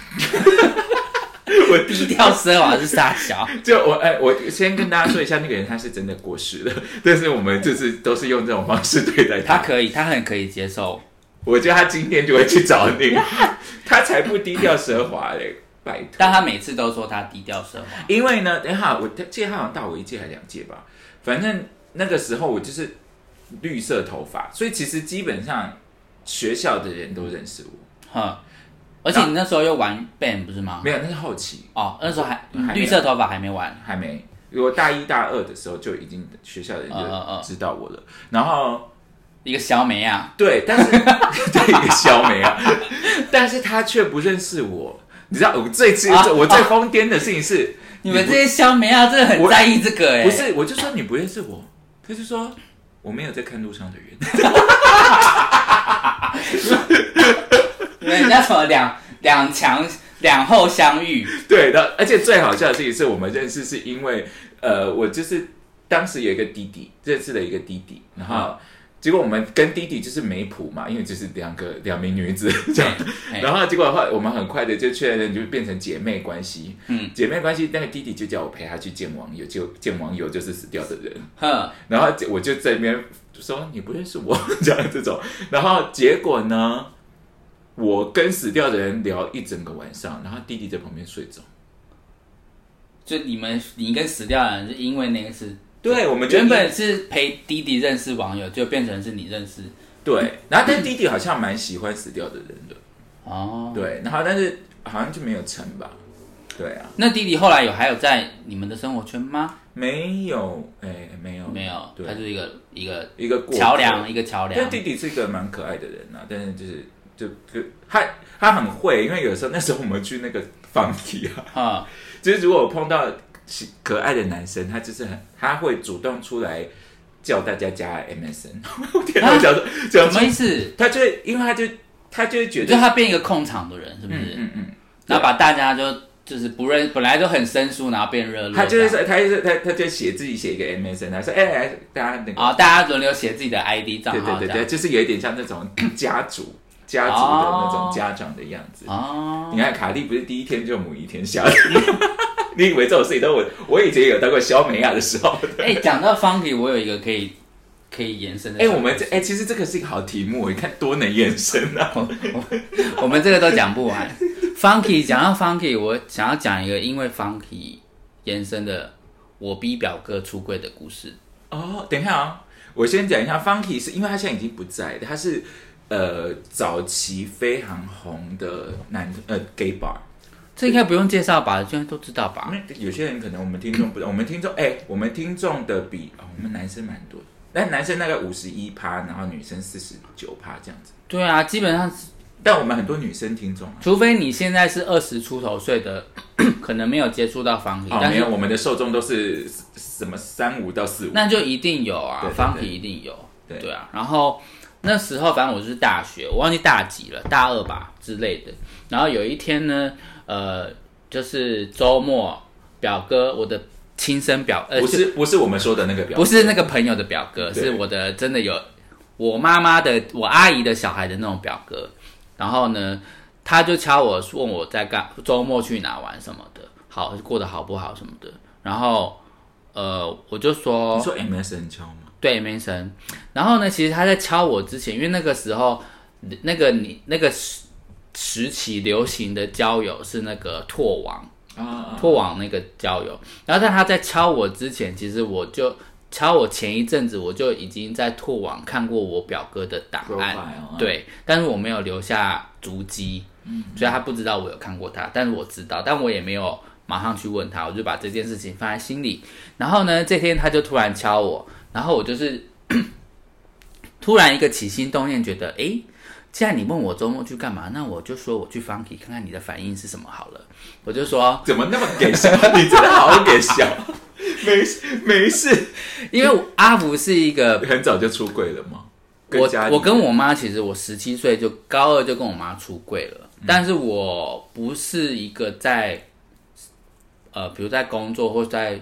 [SPEAKER 3] 我
[SPEAKER 4] 低调奢华是傻小，
[SPEAKER 3] 就我哎，我先跟大家说一下，那个人他是真的过世了， <laughs> 但是我们就是都是用这种方式对啊待
[SPEAKER 4] 他
[SPEAKER 3] 他。
[SPEAKER 4] 可以，他很可以接受。
[SPEAKER 3] 我觉得他今天就会去找你， <laughs> 他才不低调奢华嘞，拜托。
[SPEAKER 4] 但他每次都说他低调奢华，
[SPEAKER 3] 因为呢，等一下我记得他好像大我一届还两届吧，反正那个时候我就是绿色头发，所以其实基本上学校的人都认识我。
[SPEAKER 4] 哼。而且你那时候又玩 band 不是吗
[SPEAKER 3] 没？有，那是后期
[SPEAKER 4] 哦，那时候还
[SPEAKER 3] 还没有
[SPEAKER 4] 绿色头发还没完。
[SPEAKER 3] 还没。我大一大二的时候就已经学校的人
[SPEAKER 4] 嗯嗯嗯
[SPEAKER 3] 就知道我了，然后
[SPEAKER 4] 一个小美啊，
[SPEAKER 3] 对，但是 <laughs> 对一个小美啊，但是他却不认识我。你知道我最最、
[SPEAKER 4] 啊
[SPEAKER 3] 我最疯癫的事情是，
[SPEAKER 4] 你们这些小美啊，真的很在意这个哎、
[SPEAKER 3] 不是，我就说你不认识我，他就说我没有在看路上的人。 <laughs>
[SPEAKER 4] 你们叫什么两两强两后相遇？
[SPEAKER 3] 对的，而且最好笑的事情是我们认识是因为，呃，我就是当时有一个弟弟，认识了一个弟弟，然后、
[SPEAKER 4] 嗯
[SPEAKER 3] 结果我们跟弟弟就是媒婆嘛，因为就是两个 <laughs> 两名女子这样，
[SPEAKER 4] 嘿
[SPEAKER 3] 然后结果后来我们很快的就确认就变成姐妹关系，
[SPEAKER 4] 嗯
[SPEAKER 3] 姐妹关系，那个弟弟就叫我陪他去见网友，就见网友就是死掉的人，
[SPEAKER 4] 哼，
[SPEAKER 3] 然后我就 <laughs> 在那边说你不认识我这样这种，然后结果呢，我跟死掉的人聊一整个晚上，然后弟弟在旁边睡着。
[SPEAKER 4] 就你们你跟死掉的人，就因为那个事，
[SPEAKER 3] 对，我们就
[SPEAKER 4] 原本是陪弟弟认识网友，就变成是你认识
[SPEAKER 3] 对，然后但弟弟好像蛮喜欢死掉的人的，
[SPEAKER 4] 哦。
[SPEAKER 3] 对，然后但是好像就没有成吧。对啊，
[SPEAKER 4] 那弟弟后来有还有在你们的生活圈吗？
[SPEAKER 3] 没有，哎，没有，
[SPEAKER 4] 没有，
[SPEAKER 3] 对
[SPEAKER 4] 他，就是一个一个
[SPEAKER 3] 一个过
[SPEAKER 4] 桥梁，一个桥
[SPEAKER 3] 但
[SPEAKER 4] 梁。
[SPEAKER 3] 弟弟是一个蛮可爱的人啊，但是就是就就他他很会，因为有时候那时候我们去那个放题啊，
[SPEAKER 4] 嗯，
[SPEAKER 3] 就是如果我碰到喜可爱的男生，他就是很他会主动出来叫大家加 MSN。我天哪，
[SPEAKER 4] 啊
[SPEAKER 3] 我想说
[SPEAKER 4] 什
[SPEAKER 3] 想
[SPEAKER 4] 么意
[SPEAKER 3] 说，
[SPEAKER 4] 思？
[SPEAKER 3] 他就会因为他就他就会觉
[SPEAKER 4] 就
[SPEAKER 3] 得，
[SPEAKER 4] 他变一个控场的人，是不
[SPEAKER 3] 嗯
[SPEAKER 4] 是？
[SPEAKER 3] 嗯嗯，
[SPEAKER 4] 然后把大家就就是不认，本来就很生疏，然后变热络。
[SPEAKER 3] 他就是
[SPEAKER 4] 这
[SPEAKER 3] 说
[SPEAKER 4] 样
[SPEAKER 3] 他就是他他就写自己写一个 MSN，他说哎、哎大家那个、
[SPEAKER 4] 啊，大家轮流写自己的 ID 账
[SPEAKER 3] 对对
[SPEAKER 4] 号，这
[SPEAKER 3] 对
[SPEAKER 4] 样
[SPEAKER 3] 对，就是有一点像那种 <coughs> 家族家族的那种家长的样子。
[SPEAKER 4] 哦，
[SPEAKER 3] 你看卡莉不是第一天就母一天下的， <laughs> 你以为这种事情都我我以前也有当过肖美亚的时候。
[SPEAKER 4] <laughs> 哎，讲到 funky，我有一个可以可以延伸的
[SPEAKER 3] 哎、
[SPEAKER 4] 小故
[SPEAKER 3] 我
[SPEAKER 4] 事。
[SPEAKER 3] 们这哎、其实这个是一个好题目，你看多能延伸
[SPEAKER 4] <laughs>
[SPEAKER 3] 啊！
[SPEAKER 4] 哦我们这个都讲不完。Funky 讲到 Funky，我想要讲一个因为 Funky 延伸的我逼表哥出柜的故事。
[SPEAKER 3] 哦，等一下啊、我先讲一下 Funky，是因为他现在已经不在，他是呃早期非常红的男呃 gay bar。
[SPEAKER 4] 这应该不用介绍吧？现在都知道吧
[SPEAKER 3] 因？为有些人可能我们听众
[SPEAKER 4] <coughs>
[SPEAKER 3] 不，我们听众哎、我们听众的比、哦、我们男生蛮多的，但男生大概五十一趴，然后女生四十九趴这样子。
[SPEAKER 4] 对啊，基本上，
[SPEAKER 3] 但我们很多女生听众啊，
[SPEAKER 4] 除非你现在是二十出头岁的， <coughs> 可能没有接触到 Funky，、
[SPEAKER 3] 哦，
[SPEAKER 4] 但
[SPEAKER 3] 没
[SPEAKER 4] 是
[SPEAKER 3] 有，我们的受众都是什么三五到四五，
[SPEAKER 4] 那就一定有啊
[SPEAKER 3] 对对对
[SPEAKER 4] ，Funky 一定有。
[SPEAKER 3] 对
[SPEAKER 4] 对啊，然后那时候反正我就是大学，我忘记大几了，大二吧之类的。然后有一天呢，呃，就是周末，表哥，我的亲生表，呃，
[SPEAKER 3] 不
[SPEAKER 4] 就是
[SPEAKER 3] 不是我们说的那个表，
[SPEAKER 4] 不是那个朋友的表哥，
[SPEAKER 3] 对
[SPEAKER 4] 是我的真的有我妈妈的我阿姨的小孩的那种表哥。然后呢，他就敲我说问我在干，周末去哪玩什么的，好过得好不好什么的。然后呃，我就说
[SPEAKER 3] 你说 MSN 敲吗？
[SPEAKER 4] 对 Mason，然后呢，其实他在敲我之前，因为那个时候那个你那个时时期流行的交友是那个拓网。
[SPEAKER 3] 啊啊，
[SPEAKER 4] 脱网那个交友。然后，但他在敲我之前，其实我就敲我前一阵子，我就已经在拓网看过我表哥的档案
[SPEAKER 3] Profile，嗯
[SPEAKER 4] 对，但是我没有留下足迹，所以他不知道我有看过他，但是我知道，但我也没有马上去问他，我就把这件事情放在心里。然后呢，这天他就突然敲我，然后我就是 <coughs> 突然一个起心动念，觉得诶。既然你问我周末去干嘛，那我就说我去 Funky 看看你的反应是什么好了。我就说，
[SPEAKER 3] 怎么那么给笑？你真的好给笑，没事没事，
[SPEAKER 4] 因为我阿福是一个
[SPEAKER 3] 很早就出柜了吗？
[SPEAKER 4] 我
[SPEAKER 3] 家里
[SPEAKER 4] 我跟我妈其实我十七岁就高二就跟我妈出柜了，
[SPEAKER 3] 嗯
[SPEAKER 4] 但是我不是一个在呃，比如在工作或在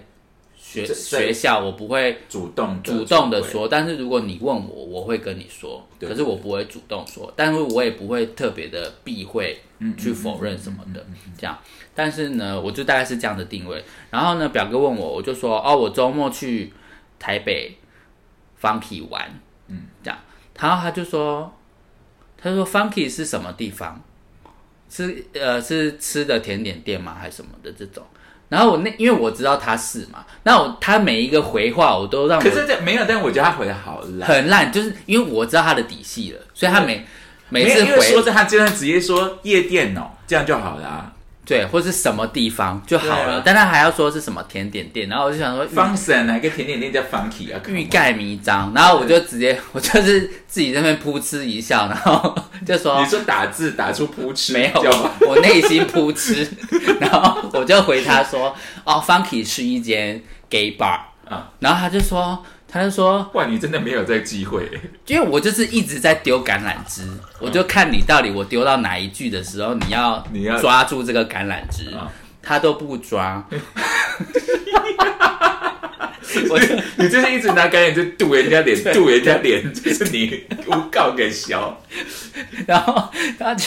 [SPEAKER 4] 学
[SPEAKER 3] 在在
[SPEAKER 4] 学校，我不会
[SPEAKER 3] 主动
[SPEAKER 4] 主动的
[SPEAKER 3] 的
[SPEAKER 4] 说，但是如果你问我，我会跟你说，
[SPEAKER 3] 对
[SPEAKER 4] 可是我不会主动说，但是我也不会特别的避讳
[SPEAKER 3] 嗯
[SPEAKER 4] 去否认什么的，这样。但是呢，我就大概是这样的定位。然后呢，表哥问我，我就说哦，我周末去台北 Funky 玩，嗯，这样。然后他就说，他说 Funky 是什么地方？是呃是吃的甜点店吗？还是什么的这种？然后我那因为我知道他是嘛，那我他每一个回话我都让我
[SPEAKER 3] 可是这没有，但我觉得他回的好烂。
[SPEAKER 4] 很烂，就是因为我知道他的底细了，所以他每每
[SPEAKER 3] 没有
[SPEAKER 4] 次
[SPEAKER 3] 因为说
[SPEAKER 4] 回
[SPEAKER 3] 着他真的直接说夜店哦，这样就好了、啊。
[SPEAKER 4] 对或是什么地方就好
[SPEAKER 3] 对
[SPEAKER 4] 了
[SPEAKER 3] 啊，
[SPEAKER 4] 但他还要说是什么甜点店，然后我就想说欲
[SPEAKER 3] 方神哪个啊甜点店叫 Funky 啊？
[SPEAKER 4] 嗯欲盖弥彰，然后我就直接我就是自己在那边噗嗤一笑，然后就说
[SPEAKER 3] 你说打字打出扑哧
[SPEAKER 4] 哦 <laughs> 没有，
[SPEAKER 3] 叫吗？
[SPEAKER 4] 我我内心扑哧，然后我就回他说哦，Funky 是一间 gay bar
[SPEAKER 3] 啊
[SPEAKER 4] 然后他就说他就说
[SPEAKER 3] 哇，你真的没有在机会、
[SPEAKER 4] 因为我就是一直在丢橄榄枝，我就看你到底我丢到哪一句的时候，你要
[SPEAKER 3] 你要
[SPEAKER 4] 抓住这个橄榄枝
[SPEAKER 3] 啊，
[SPEAKER 4] 他都不抓。 <laughs> 我就
[SPEAKER 3] 你就是一直拿橄榄枝堵人家
[SPEAKER 4] <laughs>
[SPEAKER 3] 脸，堵人家脸，就是你诬告给小。
[SPEAKER 4] 然后他就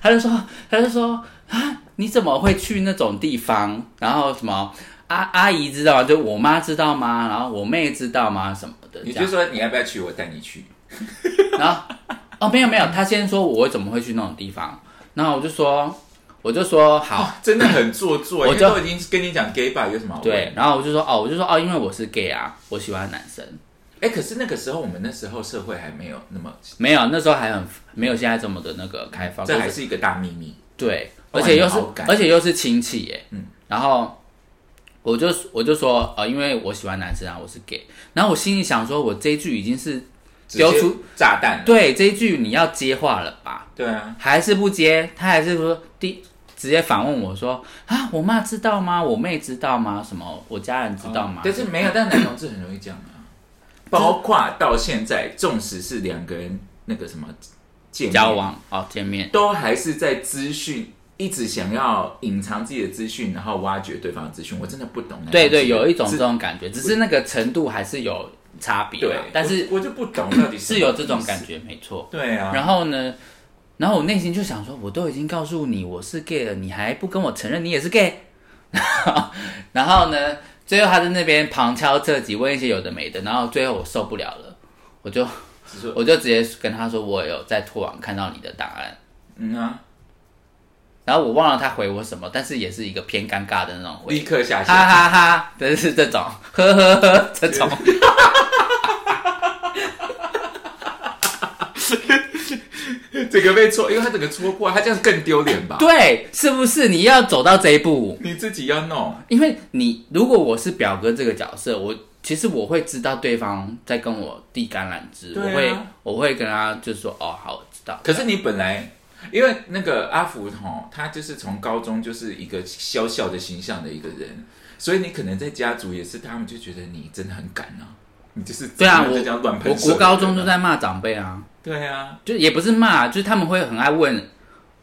[SPEAKER 4] 他就说他就说啊，你怎么会去那种地方？然后什么阿、阿姨知道吗？就我妈知道吗？然后我妹知道吗？什么的，
[SPEAKER 3] 你
[SPEAKER 4] 这
[SPEAKER 3] 就
[SPEAKER 4] 样
[SPEAKER 3] 说你要不要去？我带你去。
[SPEAKER 4] 然后哦，没有没有，他先说我为什么会去那种地方，然后我就说，我就说好，
[SPEAKER 3] 真的很做作，
[SPEAKER 4] 啊我
[SPEAKER 3] 因为
[SPEAKER 4] 就
[SPEAKER 3] 都已经跟你讲 gay 吧，有什么好问
[SPEAKER 4] 对，？然后我就说哦，我就说哦，因为我是 gay 啊，我喜欢男生。
[SPEAKER 3] 哎，可是那个时候我们那时候社会还没有那么，
[SPEAKER 4] 没有，那时候还很没有现在这么的那个开放，
[SPEAKER 3] 这
[SPEAKER 4] 就
[SPEAKER 3] 还是一个大秘密。
[SPEAKER 4] 对，
[SPEAKER 3] 哦
[SPEAKER 4] 而且又
[SPEAKER 3] 你
[SPEAKER 4] 是
[SPEAKER 3] 好感
[SPEAKER 4] 而且又是亲戚耶，
[SPEAKER 3] 嗯
[SPEAKER 4] 然后我就我就说呃，因为我喜欢男生啊，我是 gay，然后我心里想说，我这一句已经是
[SPEAKER 3] 直接
[SPEAKER 4] 丢出
[SPEAKER 3] 炸弹，
[SPEAKER 4] 对这一句你要接话了吧，
[SPEAKER 3] 对啊，
[SPEAKER 4] 还是不接？他还是说第直接反问我说啊，我妈知道吗？我妹知道吗？什么？我家人知道吗？
[SPEAKER 3] 哦但是没有，但男同志很容易这样啊。包括到现在，纵使是两个人那个什么见面
[SPEAKER 4] 交，往哦，见面
[SPEAKER 3] 都还是在资讯一直想要隐藏自己的资讯，然后挖掘对方的资讯。我真的不懂男同志
[SPEAKER 4] 对
[SPEAKER 3] 的。
[SPEAKER 4] 对，有一种
[SPEAKER 3] 自
[SPEAKER 4] 这种感觉，只是那个程度还是有差别啦，
[SPEAKER 3] 对，
[SPEAKER 4] 但是
[SPEAKER 3] 我我就不懂到底
[SPEAKER 4] 是有这种感。觉，没错。
[SPEAKER 3] 对啊，
[SPEAKER 4] 然后呢，然后我内心就想说，我都已经告诉你我是 gay 了，你还不跟我承认你也是 gay，然后呢，最后他在那边旁敲侧击问一些有的没的，然后最后我受不了了，我就
[SPEAKER 3] 只是说
[SPEAKER 4] 我就直接跟他说，我有在脱网看到你的档案，
[SPEAKER 3] 嗯啊，
[SPEAKER 4] 然后我忘了他回我什么，但是也是一个偏尴尬的那种
[SPEAKER 3] 立
[SPEAKER 4] 回，
[SPEAKER 3] 刻下线。<laughs>
[SPEAKER 4] 哈哈哈，真是这种，呵呵呵，这种。
[SPEAKER 3] 整个被戳，因为他整个戳破，他这样更丢脸吧？，
[SPEAKER 4] 对，是不是你要走到这一步？
[SPEAKER 3] 你自己要弄，
[SPEAKER 4] 因为你如果我是表哥这个角色，我其实我会知道对方在跟我递橄榄枝，
[SPEAKER 3] 对啊
[SPEAKER 4] 我会我会跟他就说哦好，我知
[SPEAKER 3] <laughs>
[SPEAKER 4] 道。
[SPEAKER 3] 可是你本来。因为那个阿福吼，他就是从高中就是一个小小的形象的一个人，所以你可能在家族也是，他们就觉得你真的很敢啊，你就是
[SPEAKER 4] 对啊，
[SPEAKER 3] 真的
[SPEAKER 4] 我
[SPEAKER 3] 就这样乱
[SPEAKER 4] 我
[SPEAKER 3] 喷射的人啊。
[SPEAKER 4] 国高中就在骂长辈啊，
[SPEAKER 3] 对啊，
[SPEAKER 4] 就也不是骂，就是他们会很爱问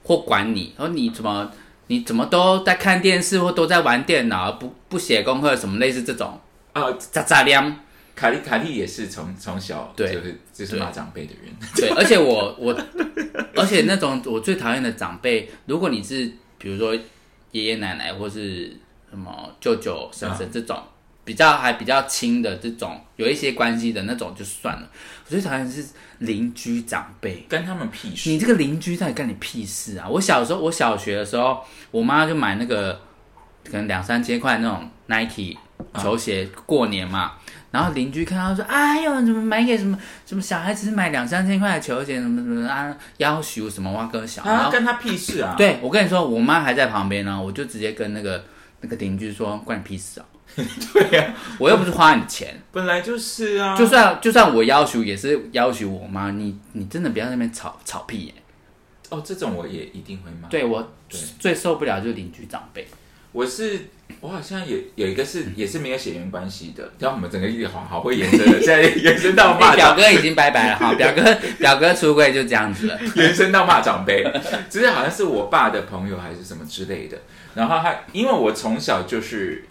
[SPEAKER 4] 或管你，然后你怎么你怎么都在看电视或都在玩电脑，不不写功课什么类似这种
[SPEAKER 3] 啊，
[SPEAKER 4] 渣渣亮。
[SPEAKER 3] 卡莉卡莉也是从从小
[SPEAKER 4] 对
[SPEAKER 3] 就是就是
[SPEAKER 4] 对
[SPEAKER 3] 骂长辈的人，
[SPEAKER 4] 对，而且我我，而且那种我最讨厌的长辈，如果你是比如说爷爷奶奶或是什么舅舅婶婶这种、比较还比较亲的这种有一些关系的那种就算了，我最讨厌的是邻居长辈。
[SPEAKER 3] 跟他们屁事。
[SPEAKER 4] 你这个邻居到底干你屁事啊？我小时候，我小学的时候，我妈就买那个可能两三千块那种 Nike
[SPEAKER 3] 啊
[SPEAKER 4] 球鞋，过年嘛。然后邻居看到说：“哎呦，你怎么买给什么什么小孩子买两三千块的球鞋，什么什么啊，要求什么哇哥小。”然
[SPEAKER 3] 啊，
[SPEAKER 4] 后
[SPEAKER 3] 跟他屁事啊！，
[SPEAKER 4] 对我跟你说，我妈还在旁边呢，我就直接跟那个那个邻居说：“关你屁事
[SPEAKER 3] <laughs>
[SPEAKER 4] 啊！
[SPEAKER 3] 对呀、
[SPEAKER 4] 我又不是花你钱，
[SPEAKER 3] 本来就是啊，
[SPEAKER 4] 就算就算我要求也是要求我妈，你你真的不要在那边吵吵屁耶、
[SPEAKER 3] 哦，这种我也一定会骂。
[SPEAKER 4] 对我
[SPEAKER 3] 对
[SPEAKER 4] 最受不了就是邻居长辈。
[SPEAKER 3] 我是我好像也有一个是也是没有血缘关系的，然后我们整个一好好会延伸的，现在延伸到
[SPEAKER 4] 哎
[SPEAKER 3] 骂
[SPEAKER 4] 表
[SPEAKER 3] 长，
[SPEAKER 4] 哥已经拜拜了哈，表
[SPEAKER 3] <laughs>
[SPEAKER 4] 哥表哥出柜就这样子了。
[SPEAKER 3] 延伸到骂长辈，只是好像是我爸的朋友还是什么之类的。然后他因为我从小就是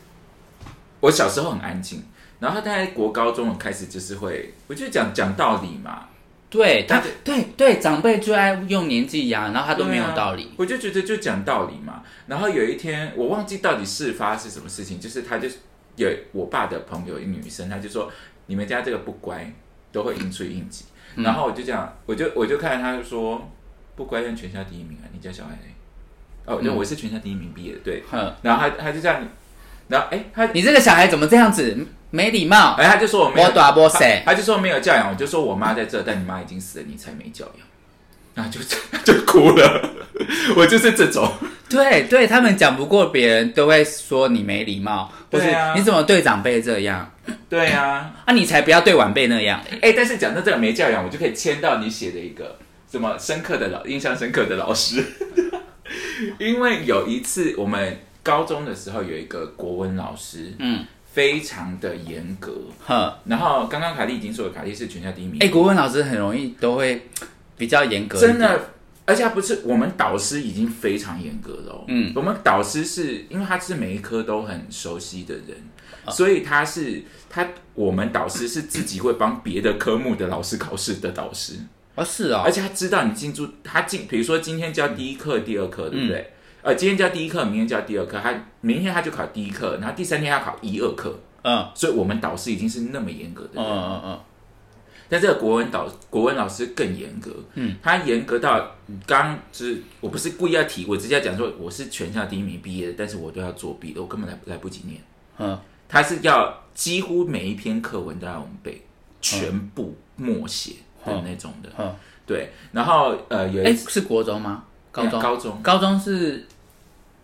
[SPEAKER 3] 我小时候很安静，然后他大概国高中我开始就是会，我就讲讲道理嘛，
[SPEAKER 4] 对他
[SPEAKER 3] 但是，
[SPEAKER 4] 对对，长辈最爱用年纪呀、然后他都没有
[SPEAKER 3] 对啊
[SPEAKER 4] 道理。
[SPEAKER 3] 我就觉得就讲道理嘛。然后有一天，我忘记到底事发是什么事情，就是他就有我爸的朋友，一女生，她就说你们家这个不乖，都会应出应急。
[SPEAKER 4] 嗯
[SPEAKER 3] 然后我就这样，我就我就看着他就说不乖，但全校第一名啊，你家小孩嘞？哦，对，
[SPEAKER 4] 嗯
[SPEAKER 3] 我是全校第一名毕业的，对。啊
[SPEAKER 4] 哼，
[SPEAKER 3] 然后他他就这样，然后哎他。
[SPEAKER 4] 你这个小孩怎么这样子，没礼貌？
[SPEAKER 3] 哎，他就说我没有，
[SPEAKER 4] 我大波塞
[SPEAKER 3] 他他就说没有教养，我就说我妈在这，但你妈已经死了，你才没教养，然后就 <laughs> 就哭了， <laughs> 我就是这种，
[SPEAKER 4] 对对，他们讲不过别人，都会说你没礼貌，或是
[SPEAKER 3] 对啊
[SPEAKER 4] 你怎么对长辈这样
[SPEAKER 3] 对呀、
[SPEAKER 4] 啊？你才不要对晚辈那样嘞。
[SPEAKER 3] 哎、但是讲到这个没教养，我就可以签到你写的一个什么深刻的老印象深刻的老师， <laughs> 因为有一次我们高中的时候有一个国文老师，
[SPEAKER 4] 嗯，
[SPEAKER 3] 非常的严格。
[SPEAKER 4] 哼，
[SPEAKER 3] 然后刚刚卡莉已经说了，卡莉是全校第一名，
[SPEAKER 4] 哎，国文老师很容易都会比较严格，
[SPEAKER 3] 真的。而且他不是我们导师已经非常严格了、哦，
[SPEAKER 4] 嗯
[SPEAKER 3] 我们导师是因为他是每一科都很熟悉的人，
[SPEAKER 4] 啊
[SPEAKER 3] 所以他是他我们导师是自己会帮别的科目的老师考试的导师，
[SPEAKER 4] 哦是哦
[SPEAKER 3] 而，且他知道你进驻，他进，比如说今天教第一课、第二课，对不对？
[SPEAKER 4] 嗯
[SPEAKER 3] 呃，今天教第一课，明天教第二课，他明天他就考第一课，然后第三天他考一二课，
[SPEAKER 4] 嗯
[SPEAKER 3] 所以我们导师已经是那么严格的
[SPEAKER 4] 嗯
[SPEAKER 3] 人，
[SPEAKER 4] 嗯嗯嗯，
[SPEAKER 3] 但这个国文导国文老师更严格，嗯，他严格到刚就是我不是故意要提，我直接讲说我是全校第一名毕业的，但是我都要作弊的，我根本来来不及念。
[SPEAKER 4] 嗯，
[SPEAKER 3] 他是要几乎每一篇课文都要我们背，全部默写的那种的。
[SPEAKER 4] 嗯
[SPEAKER 3] 对，然后呃有
[SPEAKER 4] 哎，
[SPEAKER 3] 一次
[SPEAKER 4] 是国中吗？高中，
[SPEAKER 3] 哎高中
[SPEAKER 4] 高中是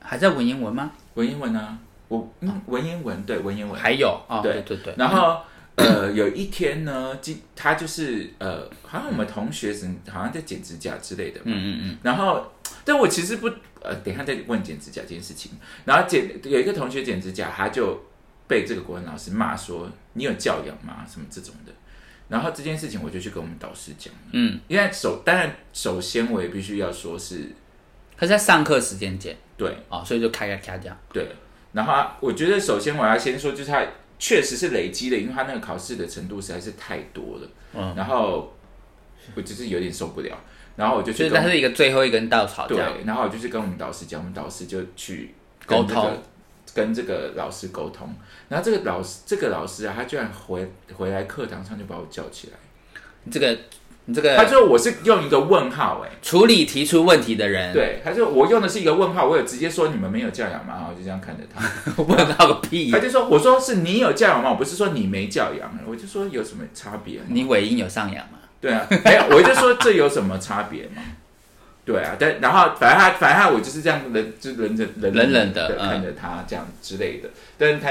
[SPEAKER 4] 还在文言文吗？
[SPEAKER 3] 文言文啊，我嗯文言文对文言文
[SPEAKER 4] 哦还有哦，
[SPEAKER 3] 对
[SPEAKER 4] 对对对，
[SPEAKER 3] 然后呃，有一天呢，今他就是呃，好像我们同学是好像在剪指甲之类的，
[SPEAKER 4] 嗯嗯嗯，
[SPEAKER 3] 然后但我其实不呃，等一下再问剪指甲这件事情。然后剪有一个同学剪指甲，他就被这个国文老师骂说你有教养吗？什么这种的。然后这件事情我就去跟我们导师讲，
[SPEAKER 4] 嗯，
[SPEAKER 3] 因为首当然首先我也必须要说是
[SPEAKER 4] 他是在上课时间剪
[SPEAKER 3] 对
[SPEAKER 4] 哦，所以就咔咔咔这样，
[SPEAKER 3] 对，然后啊我觉得首先我要先说，就是他确实是累积的，因为他那个考试的程度实在是太多了。
[SPEAKER 4] 嗯
[SPEAKER 3] 然后我就是有点受不了，然后我就
[SPEAKER 4] 所
[SPEAKER 3] 去
[SPEAKER 4] 以
[SPEAKER 3] 跟
[SPEAKER 4] 他
[SPEAKER 3] 我
[SPEAKER 4] 是一个最后一根稻草这
[SPEAKER 3] 对
[SPEAKER 4] 样，，
[SPEAKER 3] 然后我就去跟我们导师讲，我们导师就去跟
[SPEAKER 4] 沟
[SPEAKER 3] 这
[SPEAKER 4] 通
[SPEAKER 3] 个跟这个老师沟通，然后这个老师这个老师啊，他居然回回来课堂上就把我叫起来，
[SPEAKER 4] 你这个你这
[SPEAKER 3] 他
[SPEAKER 4] 个
[SPEAKER 3] 说我是用一个问号、哎。
[SPEAKER 4] 处理提出问题的人，，
[SPEAKER 3] 对，他说我用的是一个问号，我有直接说你们没有教养吗？然后我就这样看着他，
[SPEAKER 4] 问到个屁
[SPEAKER 3] 他，就说：“我说是你有教养吗？我不是说你没教养，啊我就说有什么差别吗？
[SPEAKER 4] 你尾音有上扬吗？
[SPEAKER 3] 对啊， <laughs> 没有，我就说这有什么差别吗？对啊，但然后反正他反正他我就是这样冷就冷着冷
[SPEAKER 4] 冷冷
[SPEAKER 3] 的
[SPEAKER 4] 地嗯
[SPEAKER 3] 看着他这样之类的，但是他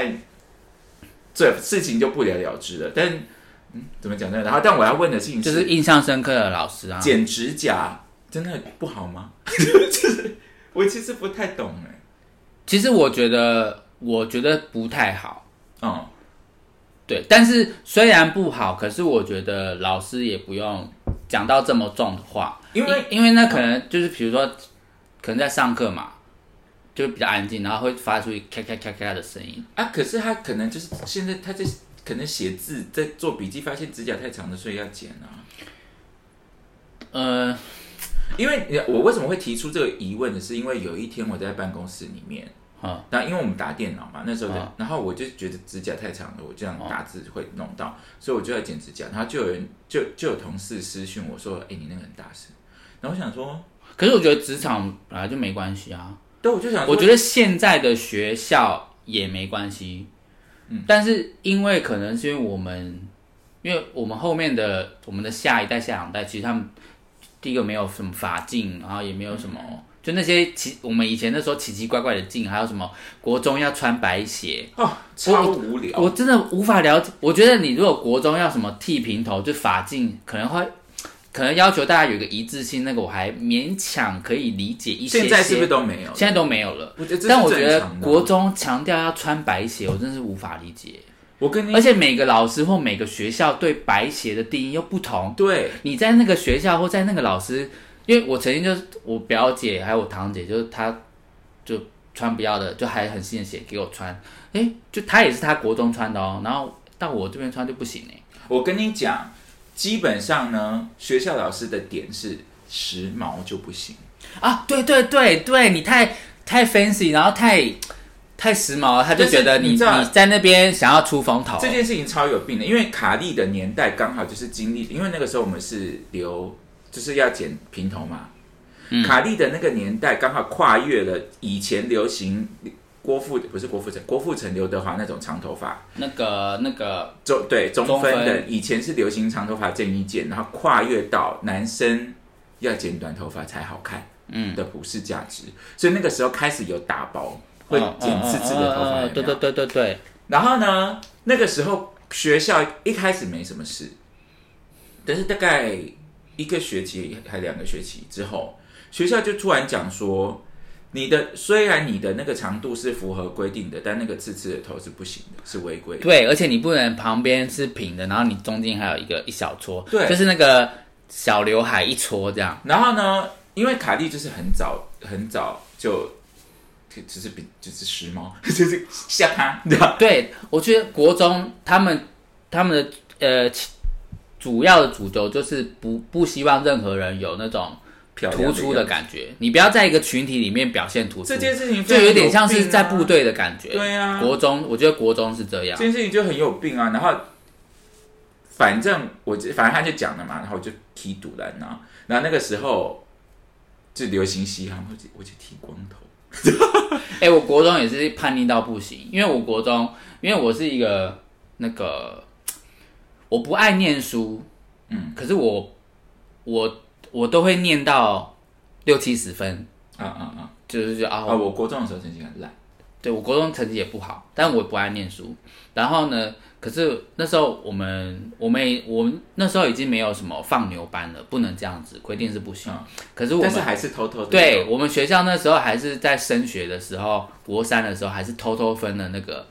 [SPEAKER 3] 这事情就不了了之了。但嗯，怎么讲呢？然后但我要问的事情
[SPEAKER 4] 就是印象深刻的老师啊，
[SPEAKER 3] 剪指甲真的不好吗？ <laughs> 就是我其实不太懂哎、
[SPEAKER 4] 其实我觉得我觉得不太好。
[SPEAKER 3] 嗯，
[SPEAKER 4] 对，但是虽然不好，可是我觉得老师也不用讲到这么重的话，
[SPEAKER 3] 因为
[SPEAKER 4] 因为那可能就是比如说，可能在上课嘛，就比较安静，然后会发出咔咔咔咔的声音。
[SPEAKER 3] 啊，可是他可能就是现在他在可能写字在做笔记，发现指甲太长了，所以要剪啊。
[SPEAKER 4] 呃，
[SPEAKER 3] 因为你我为什么会提出这个疑问呢？是因为有一天我在办公室里面，
[SPEAKER 4] 好，
[SPEAKER 3] 然后因为我们打电脑嘛，那时候的，
[SPEAKER 4] 啊
[SPEAKER 3] 然后我就觉得指甲太长了，我这样打字会弄到，所以我就要剪指甲。然后就有人就就有同事私讯我说：“哎、你那个很大声。”然后我想说，
[SPEAKER 4] 可是我觉得职场本来就没关系啊，
[SPEAKER 3] 对，我就想说，
[SPEAKER 4] 我觉得现在的学校也没关系，
[SPEAKER 3] 嗯
[SPEAKER 4] 但是因为可能是因为我们，因为我们后面的我们的下一代、下两代，其实他们第一个没有什么法禁，然后也没有什么，
[SPEAKER 3] 嗯
[SPEAKER 4] 就那些奇我们以前那时候奇奇怪怪的禁，还有什么国中要穿白鞋，
[SPEAKER 3] 哦，超无聊。
[SPEAKER 4] 我真的无法了解。我觉得你如果国中要什么剃平头，就发禁，可能会。可能要求大家有一个一致性，那个我还勉强可以理解一些些。
[SPEAKER 3] 现在是不是都没有？
[SPEAKER 4] 现在都没有了。
[SPEAKER 3] 我觉得这是
[SPEAKER 4] 但我觉
[SPEAKER 3] 正
[SPEAKER 4] 得
[SPEAKER 3] 常的啊
[SPEAKER 4] 国中强调要穿白鞋，我真是无法理解。
[SPEAKER 3] 我跟你
[SPEAKER 4] 而且每个老师或每个学校对白鞋的定义又不同。
[SPEAKER 3] 对，
[SPEAKER 4] 你在那个学校或在那个老师，因为我曾经就是我表姐还有我堂姐，就是她就穿不要的，就还很新的鞋给我穿。诶，就她也是她国中穿的哦，然后到我这边穿就不行哎。
[SPEAKER 3] 我跟你讲，基本上呢，学校老师的点是时髦就不行。
[SPEAKER 4] 啊，对对对对，你太太 fancy，然后太太时髦了，他就
[SPEAKER 3] 但是
[SPEAKER 4] 觉得
[SPEAKER 3] 你
[SPEAKER 4] 你
[SPEAKER 3] 知道
[SPEAKER 4] 你在那边想要出风头。
[SPEAKER 3] 这件事情超有病的，因为卡利的年代刚好就是经历，因为那个时候我们是留，就是要剪平头嘛。卡利的那个年代刚好跨越了以前流行郭富不是郭富城，郭富城、刘德华那种长头发，
[SPEAKER 4] 那个那个
[SPEAKER 3] 中对中
[SPEAKER 4] 中
[SPEAKER 3] 分
[SPEAKER 4] 分
[SPEAKER 3] 的，以前是流行长头发郑伊健，然后跨越到男生要剪短头发才好看，嗯的普世价值，所以那个时候开始有打薄会
[SPEAKER 4] 嗯
[SPEAKER 3] 剪刺刺的头发有没有，
[SPEAKER 4] 对对对对对，
[SPEAKER 3] 然后呢，那个时候学校一开始没什么事，但是大概一个学期还两个学期之后，学校就突然讲说，你的虽然你的那个长度是符合规定的，但那个刺刺的头是不行的，是违规的。
[SPEAKER 4] 对，而且你不能旁边是平的，然后你中间还有一个一小撮，
[SPEAKER 3] 对
[SPEAKER 4] 就是那个小刘海一撮这样。
[SPEAKER 3] 然后呢，因为卡蒂就是很早很早就。就就是比就是时髦， <laughs> 就是像他，你知道
[SPEAKER 4] 对，我觉得国中他们他们的呃其主要的主轴就是不不希望任何人有那种
[SPEAKER 3] 漂亮
[SPEAKER 4] 突出
[SPEAKER 3] 的
[SPEAKER 4] 的
[SPEAKER 3] 样子
[SPEAKER 4] 感觉，你不要在一个群体里面表现突出，
[SPEAKER 3] 这件事情非
[SPEAKER 4] 就
[SPEAKER 3] 常
[SPEAKER 4] 有点
[SPEAKER 3] 有
[SPEAKER 4] 像是
[SPEAKER 3] 病啊
[SPEAKER 4] 在部队的感觉。
[SPEAKER 3] 对啊
[SPEAKER 4] 国中我觉得国中是这样
[SPEAKER 3] 这，件事情就很有病啊。然后啊反正我就反正他就讲了嘛，然后我就剃赌蓝啊，然后那个时候就流行嘻哈，我就我就剃光头，
[SPEAKER 4] 哎、我国中也是叛逆到不行，因为我国中，因为我是一个那个我不爱念书，
[SPEAKER 3] 嗯，
[SPEAKER 4] 可是我我我都会念到六七十分，
[SPEAKER 3] 啊啊啊！
[SPEAKER 4] 就是就啊，
[SPEAKER 3] 啊，我国中的时候成绩很烂，
[SPEAKER 4] 对我国中成绩也不好，但我不爱念书。然后呢，可是那时候我们我们也我们那时候已经没有什么放牛班了，不能这样子，规定是不行。
[SPEAKER 3] 嗯
[SPEAKER 4] 可是我
[SPEAKER 3] 但
[SPEAKER 4] 们
[SPEAKER 3] 是还是偷偷哦的
[SPEAKER 4] 对我们学校那时候还是在升学的时候，国三的时候还是偷偷分了那个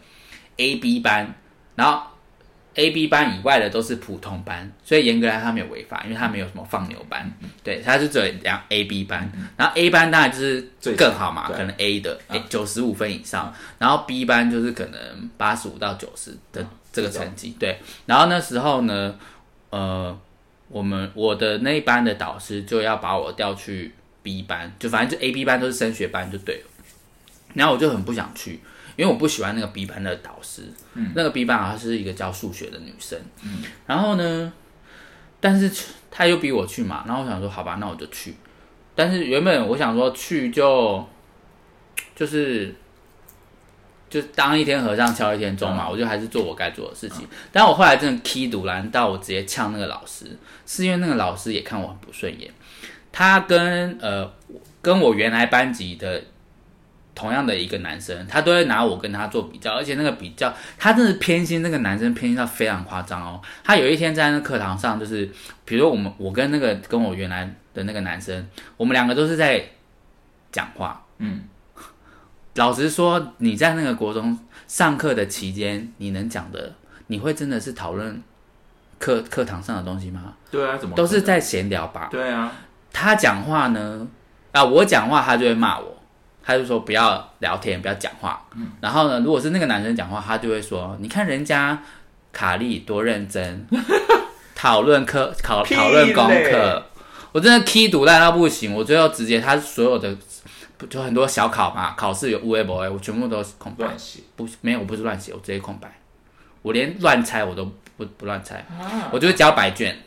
[SPEAKER 4] A、B 班，然后 A、B 班以外的都是普通班，所以严格来说他没有违法，因为他没有什么放牛班，对，他就只有两 A、B 班，然后 A 班当然就是
[SPEAKER 3] 最
[SPEAKER 4] 更好嘛，
[SPEAKER 3] 对嗯
[SPEAKER 4] 可能 A 的九十五分以上，然后 B 班就是可能八十五到九十的
[SPEAKER 3] 嗯
[SPEAKER 4] 这个
[SPEAKER 3] 这种
[SPEAKER 4] 成绩，对，然后那时候呢，呃。我们我的那一班的导师就要把我调去 B 班，就反正就 A、B 班都是升学班就对了。然后我就很不想去，因为我不喜欢那个 B 班的导师。那个 B 班好像是一个教数学的女生。然后呢，但是她又逼我去嘛，然后我想说好吧，那我就去。但是原本我想说去就就是就当一天和尚敲一天钟嘛，我就还是做我该做的事情。但我后来真的踢赌拦到我直接呛那个老师，是因为那个老师也看我很不顺眼，他跟呃跟我原来班级的。同样的一个男生，他都会拿我跟他做比较，而且那个比较，他真的偏心那个男生偏心到非常夸张哦。他有一天在那课堂上，就是比如说我们我跟那个跟我原来的那个男生，我们两个都是在讲话，
[SPEAKER 3] 嗯，
[SPEAKER 4] 老实说，你在那个国中上课的期间，你能讲的，你会真的是讨论课课堂上的东西吗？
[SPEAKER 3] 对啊，怎么
[SPEAKER 4] 都是
[SPEAKER 3] 可能
[SPEAKER 4] 在闲聊吧。
[SPEAKER 3] 对啊，
[SPEAKER 4] 他讲话呢，啊，我讲话他就会骂我，他就说不要聊天，不要讲话。然后呢，如果是那个男生讲话，他就会说，你看人家卡莉多认真，
[SPEAKER 3] <laughs>
[SPEAKER 4] 讨论课考
[SPEAKER 3] 屁
[SPEAKER 4] 讨论功
[SPEAKER 3] 嘞
[SPEAKER 4] 课，我真的 K 读烂到不行，我最后直接他所有的。就很多小考嘛，考试有乌 A 博 A，我全部都是空白。
[SPEAKER 3] 乱写
[SPEAKER 4] 不没有，我不是乱写，我直接空白，我连乱猜我都不不乱猜，
[SPEAKER 3] 啊，
[SPEAKER 4] 我就是交白卷。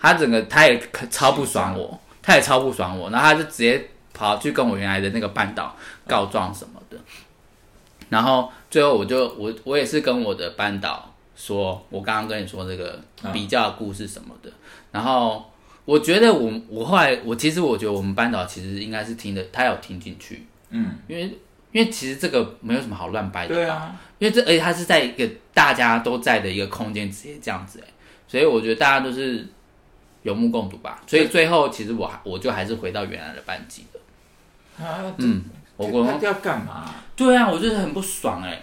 [SPEAKER 4] 他整个他也超不爽我，他也超不爽我，然后他就直接跑去跟我原来的那个班导告状什么的。然后最后我就我我也是跟我的班导说，我刚刚跟你说这个比较的故事什么的。然后我觉得我我后来我其实我觉得我们班导其实应该是听的，他有听进去，
[SPEAKER 3] 嗯，
[SPEAKER 4] 因为因为其实这个没有什么好乱掰的吧，
[SPEAKER 3] 对啊，
[SPEAKER 4] 因为这而且它是在一个大家都在的一个空间，直接这样子、欸，所以我觉得大家都是有目共睹吧。所以最后其实我还我就还是回到原来的班级的。
[SPEAKER 3] 啊，
[SPEAKER 4] 嗯，我国
[SPEAKER 3] 他
[SPEAKER 4] 中
[SPEAKER 3] 要干嘛？
[SPEAKER 4] 对啊，我就是很不爽哎、欸，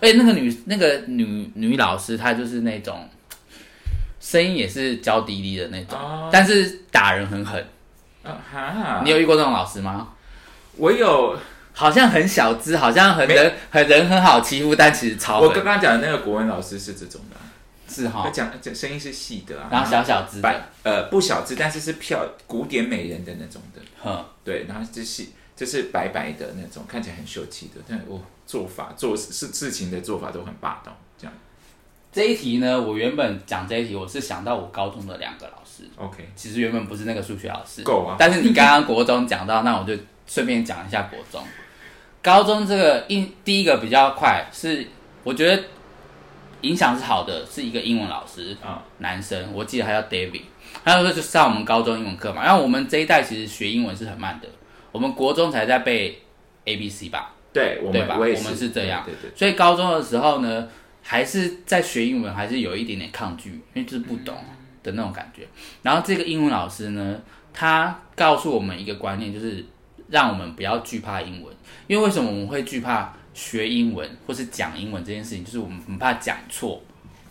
[SPEAKER 4] 而且那个女那个女女老师她就是那种声音也是娇滴滴的那种，
[SPEAKER 3] 哦
[SPEAKER 4] 但是打人很狠。
[SPEAKER 3] 啊哈，
[SPEAKER 4] 啊你有遇过这种老师吗？
[SPEAKER 3] 我有
[SPEAKER 4] 好像很小资，好像很
[SPEAKER 3] 没
[SPEAKER 4] 人很人很好欺负，但其实超
[SPEAKER 3] 我
[SPEAKER 4] 狠
[SPEAKER 3] 刚刚讲的那个国文老师是这种的啊，
[SPEAKER 4] 是
[SPEAKER 3] 他
[SPEAKER 4] 哈，
[SPEAKER 3] 讲讲声音是细的啊，
[SPEAKER 4] 然后小小资的，
[SPEAKER 3] 白呃不小只，但是是漂古典美人的那种的，
[SPEAKER 4] 哼。
[SPEAKER 3] 对，然后就是就是白白的那种，看起来很秀气的，但我、哦、做法做事事情的做法都很霸道，这样
[SPEAKER 4] 这一题呢，我原本讲这一题，我是想到我高中的两个老师，
[SPEAKER 3] OK
[SPEAKER 4] 其实原本不是那个数学老师，
[SPEAKER 3] 够啊
[SPEAKER 4] 但是你刚刚国中讲到，那我就顺便讲一下国中。高中这个印第一个比较快，是我觉得影响是好的，是一个英文老师，
[SPEAKER 3] 啊，
[SPEAKER 4] 男生，我记得他叫 David，他那时候就上我们高中英文课嘛。然后我们这一代其实学英文是很慢的，我们国中才在背 A B C 吧，
[SPEAKER 3] 对我
[SPEAKER 4] 对
[SPEAKER 3] 们
[SPEAKER 4] 吧？
[SPEAKER 3] 我也
[SPEAKER 4] 我们是这样，
[SPEAKER 3] 对对对，
[SPEAKER 4] 所以高中的时候呢，还是在学英文，还是有一点点抗拒，因为就是不懂的那种感觉。然后这个英文老师呢，他告诉我们一个观念，就是让我们不要惧怕英文，因为为什么我们会惧怕学英文或是讲英文这件事情，就是我们很怕讲错、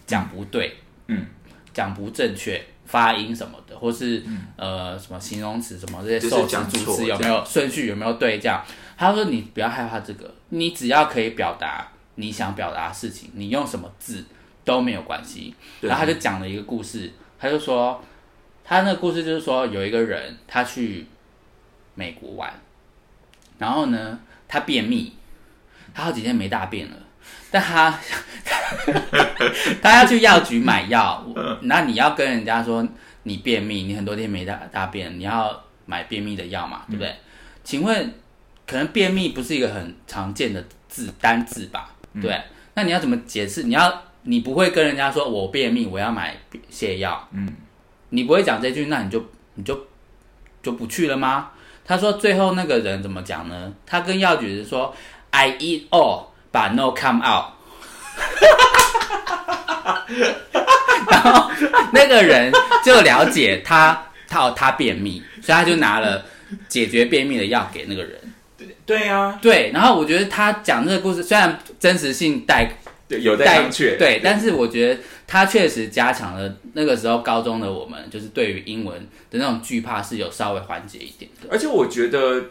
[SPEAKER 4] 讲不对、
[SPEAKER 3] 嗯，
[SPEAKER 4] 讲不正确。发音什么的，或是、呃什么形容词什么这些
[SPEAKER 3] 嗯就是
[SPEAKER 4] 受词
[SPEAKER 3] 讲
[SPEAKER 4] 助
[SPEAKER 3] 错
[SPEAKER 4] 词有没
[SPEAKER 3] 这
[SPEAKER 4] 有顺序有没有对这样，他说你不要害怕这个，你只要可以表达你想表达的事情，你用什么字都没有关系。
[SPEAKER 3] 对
[SPEAKER 4] 然后他就讲了一个故事，他就说他那个故事就是说有一个人他去美国玩，然后呢他便秘，他好几天没大便了，但他他他要去药局买药，那你要跟人家说你便秘，你很多天没大大便，你要买便秘的药嘛，对不对？请问，可能便秘不是一个很常见的字单字吧？对不对，那你要怎么解释？你要你不会跟人家说我便秘，我要买泻药，
[SPEAKER 3] 嗯，
[SPEAKER 4] 你不会讲这句，那你就你就就不去了吗？他说最后那个人怎么讲呢？他跟药局是说 I eat all but no come out。那个人就了解他，他他便秘，所以他就拿了解决便秘的药给那个人。
[SPEAKER 3] 对啊，
[SPEAKER 4] 对，然后我觉得他讲这个故事虽然真实性带
[SPEAKER 3] 对，有待
[SPEAKER 4] 带
[SPEAKER 3] 商榷。
[SPEAKER 4] 对，但是我觉得他确实加强了那个时候高中的我们，就是对于英文的那种惧怕是有稍微缓解一点的。
[SPEAKER 3] 而且我觉得，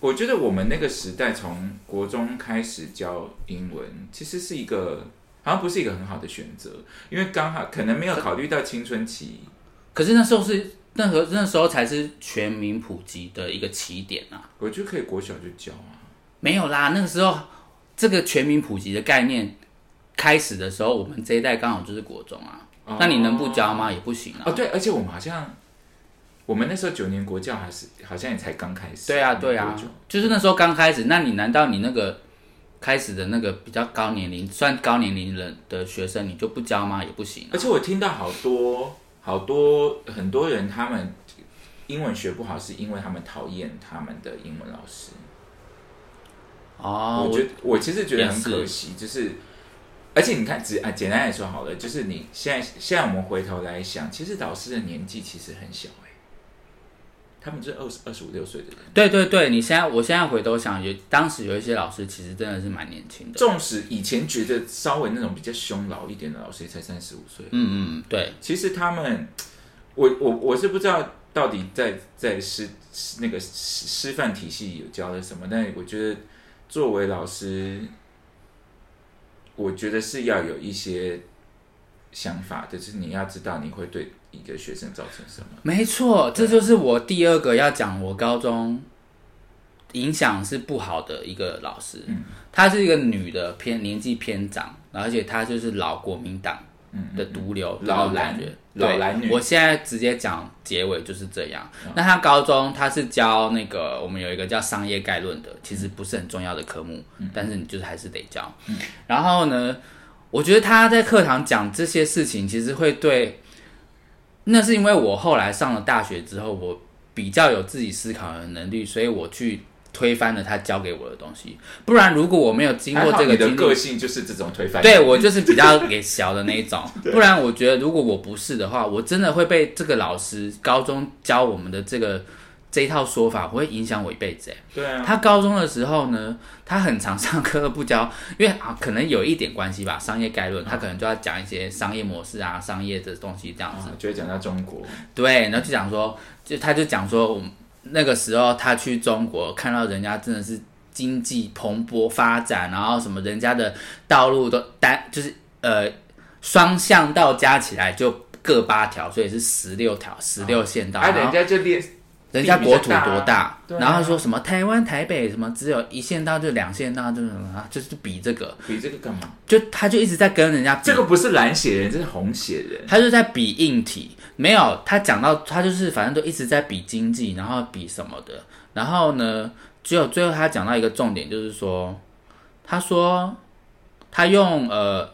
[SPEAKER 3] 我觉得我们那个时代从国中开始教英文，其实是一个好像不是一个很好的选择，因为刚好可能没有考虑到青春期。
[SPEAKER 4] 可是那时候是那时候那时候才是全民普及的一个起点啊。
[SPEAKER 3] 我觉得可以国小就教啊，
[SPEAKER 4] 没有啦，那个时候这个全民普及的概念开始的时候，我们这一代刚好就是国中啊。
[SPEAKER 3] 哦
[SPEAKER 4] 那你能不教吗？也不行啊。
[SPEAKER 3] 哦对，而且我们好像我们那时候九年国教还是好像也才刚开始，
[SPEAKER 4] 对啊，
[SPEAKER 3] 没
[SPEAKER 4] 对啊
[SPEAKER 3] 多久，
[SPEAKER 4] 就是那时候刚开始。那你难道你那个开始的那个比较高年龄，算高年龄人的学生，你就不教吗？也不行、啊
[SPEAKER 3] 而。且我听到好多好多很多人，他们英文学不好，是因为他们讨厌他们的英文老师。我
[SPEAKER 4] 哦，我
[SPEAKER 3] 觉得我其实觉得
[SPEAKER 4] 也
[SPEAKER 3] 很
[SPEAKER 4] 是
[SPEAKER 3] 可惜，就是，而且你看，只啊，简单来说好了，就是你现在现在我们回头来想，其实老师的年纪其实很小哎、他们就是二十二十五六岁的人，
[SPEAKER 4] 对对对，你现在我现在回头想，有当时有一些老师其实真的是蛮年轻的。
[SPEAKER 3] 纵使以前觉得稍微那种比较凶老一点的老师也才三十五岁，
[SPEAKER 4] 嗯嗯，对，
[SPEAKER 3] 其实他们，我我我是不知道到底在在师师那个师师范体系有教的什么，但我觉得作为老师，我觉得是要有一些想法，就是你要知道你会对一个学生造成什么。
[SPEAKER 4] 没错，这就是我第二个要讲，我高中影响是不好的一个老师，
[SPEAKER 3] 嗯
[SPEAKER 4] 她是一个女的偏年纪偏长，而且她就是老国民党的毒瘤，
[SPEAKER 3] 嗯老
[SPEAKER 4] 这种感觉
[SPEAKER 3] 蓝
[SPEAKER 4] 对
[SPEAKER 3] 老蓝女嗯
[SPEAKER 4] 我现在直接讲结尾就是这样。那她高中她是教那个我们有一个叫商业概论的，其实不是很重要的科目，
[SPEAKER 3] 嗯
[SPEAKER 4] 但是你就是还是得教。然后呢，我觉得她在课堂讲这些事情，其实会对那是因为我后来上了大学之后，我比较有自己思考的能力，所以我去推翻了他教给我的东西。不然，如果我没有经
[SPEAKER 3] 还
[SPEAKER 4] 过
[SPEAKER 3] 好
[SPEAKER 4] 这
[SPEAKER 3] 你
[SPEAKER 4] 个
[SPEAKER 3] 的
[SPEAKER 4] 经
[SPEAKER 3] 个
[SPEAKER 4] 历，
[SPEAKER 3] 性就是这种推翻，
[SPEAKER 4] 对我就是比较给小的那一
[SPEAKER 3] <laughs>
[SPEAKER 4] 种。不然，我觉得如果我不是的话，我真的会被这个老师高中教我们的这个这一套说法，会影响我一辈子、欸。
[SPEAKER 3] 对啊，
[SPEAKER 4] 他高中的时候呢，他很常上课不教，因为啊可能有一点关系吧，商业概
[SPEAKER 3] 啊
[SPEAKER 4] 论，他可能就要讲一些商业模式啊、商业的东西这样子。
[SPEAKER 3] 啊就会讲到中国，
[SPEAKER 4] 对，然后就讲说，就他就讲说，我们那个时候他去中国，看到人家真的是经济蓬勃发展，然后什么人家的道路都单就是呃双向道加起来就各八条，所以是十六条十六线道，
[SPEAKER 3] 啊，
[SPEAKER 4] 然
[SPEAKER 3] 人
[SPEAKER 4] 后
[SPEAKER 3] 家就练
[SPEAKER 4] 人家国土多
[SPEAKER 3] 地比较大
[SPEAKER 4] 大
[SPEAKER 3] 啊，对啊
[SPEAKER 4] 然后说什么台湾台北什么只有一线道就两线道就是什么就是比这个，
[SPEAKER 3] 比这个干嘛？
[SPEAKER 4] 就他就一直在跟人家比啊
[SPEAKER 3] 这个不是蓝血人，这是红血人。
[SPEAKER 4] 他就在比硬体，没有他讲到他就是反正都一直在比经济，然后比什么的，然后呢，只有最后他讲到一个重点，就是说，他说他用呃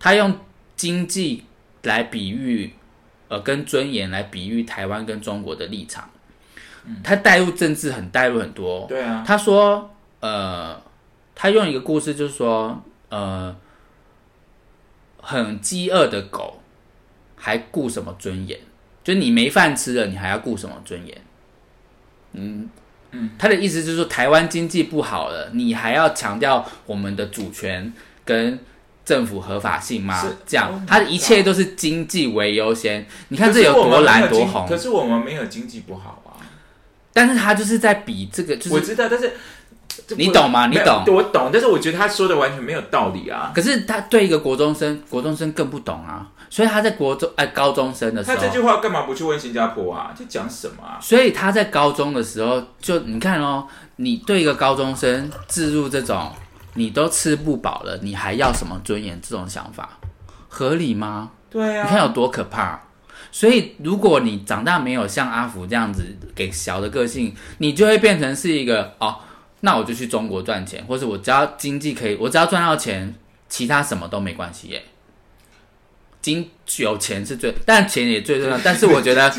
[SPEAKER 4] 他用经济来比喻呃跟尊严来比喻台湾跟中国的立场，他带入政治很带入很多，
[SPEAKER 3] 对啊，
[SPEAKER 4] 他说，呃，他用一个故事，就是说，呃，很饥饿的狗还顾什么尊严？就你没饭吃了，你还要顾什么尊严？嗯嗯，他的意思就是说，台湾经济不好了，你还要强调我们的主权跟。政府合法性吗
[SPEAKER 3] 是？
[SPEAKER 4] 这样
[SPEAKER 3] Oh my，
[SPEAKER 4] 他的一切
[SPEAKER 3] God
[SPEAKER 4] 都是经济为优先。你看
[SPEAKER 3] 可
[SPEAKER 4] 这
[SPEAKER 3] 是
[SPEAKER 4] 有
[SPEAKER 3] 我们
[SPEAKER 4] 多
[SPEAKER 3] 没
[SPEAKER 4] 蓝
[SPEAKER 3] 有
[SPEAKER 4] 多
[SPEAKER 3] 经
[SPEAKER 4] 红
[SPEAKER 3] 可，是我们没有经济不好啊。
[SPEAKER 4] 但是他就是在比这个，就是
[SPEAKER 3] 我知道，但是这
[SPEAKER 4] 你
[SPEAKER 3] 不
[SPEAKER 4] 懂吗你
[SPEAKER 3] 没有
[SPEAKER 4] 懂
[SPEAKER 3] 我懂，但是我觉得他说的完全没有道理啊。
[SPEAKER 4] 可是他对一个国中生，国中生更不懂啊，所以他在国中哎、高中生的时
[SPEAKER 3] 他这句
[SPEAKER 4] 候，
[SPEAKER 3] 话干嘛不去问新加坡啊？在讲什么啊？
[SPEAKER 4] 所以他在高中的时候就你看哦，你对一个高中生置入这种你都吃不饱了，你还要什么尊严？这种想法合理吗？
[SPEAKER 3] 对啊
[SPEAKER 4] 你看有多可怕。所以，如果你长大没有像阿福这样子给小的个性，你就会变成是一个哦，那我就去中国赚钱，或者我只要经济可以，我只要赚到钱，其他什么都没关系耶。经有钱是最，但钱也最重 <laughs> 要。但是我觉得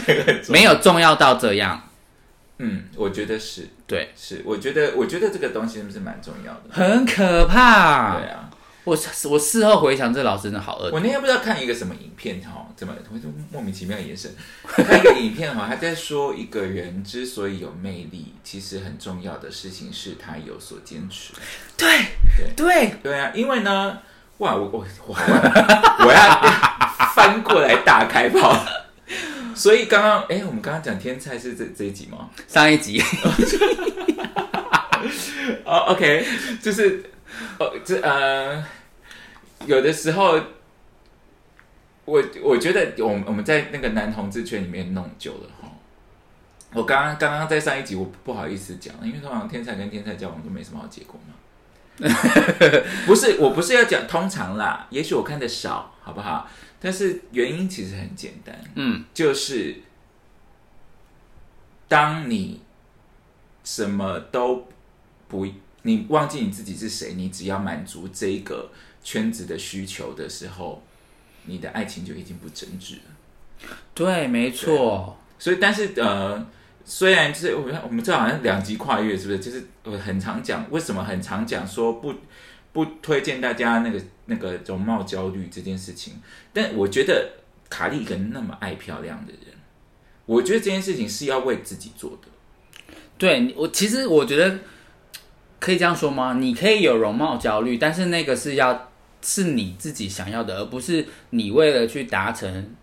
[SPEAKER 4] 没有重要到这样，
[SPEAKER 3] <laughs> 嗯，我觉得是
[SPEAKER 4] 对，
[SPEAKER 3] 是，我觉得我觉得这个东西是蛮重要的。
[SPEAKER 4] 很可怕。
[SPEAKER 3] 对啊，
[SPEAKER 4] 我事我事后回想，这老师真的好恶毒
[SPEAKER 3] 我那天不知道看一个什么影片哈，怎么我就莫名其妙的眼神，看一个影片哈，他在说一个人之所以有魅力，其实很重要的事情是他有所坚持。
[SPEAKER 4] 对对，
[SPEAKER 3] 对啊，因为呢，哇，我我我我要翻过来大开炮。所以刚刚，哎，我们刚刚讲天菜是这这一集吗？
[SPEAKER 4] 上一集
[SPEAKER 3] <laughs> 哦、o k 就是，哦，这呃，有的时候，我我觉得我们我们在那个男同志圈里面弄久了哈。我刚刚刚刚在上一集我不好意思讲，因为通常天才跟天才交往都没什么好结果嘛。不是，我不是要讲通常啦，也许我看的少，好不好？但是原因其实很简单，
[SPEAKER 4] 嗯，
[SPEAKER 3] 就是当你什么都不，你忘记你自己是谁，你只要满足这一个圈子的需求的时候，你的爱情就已经不真挚了。
[SPEAKER 4] 对，没错，
[SPEAKER 3] 所以，但是呃，虽然就是我们我们这好像两级跨越，是不是？就是我很常讲，为什么很常讲说不不推荐大家那个那个容貌焦虑这件事情？但我觉得卡莉一个那么爱漂亮的人，我觉得这件事情是要为自己做的。
[SPEAKER 4] 对你我其实我觉得可以这样说吗？你可以有容貌焦虑，但是那个是要是你自己想要的，而不是你为了去达成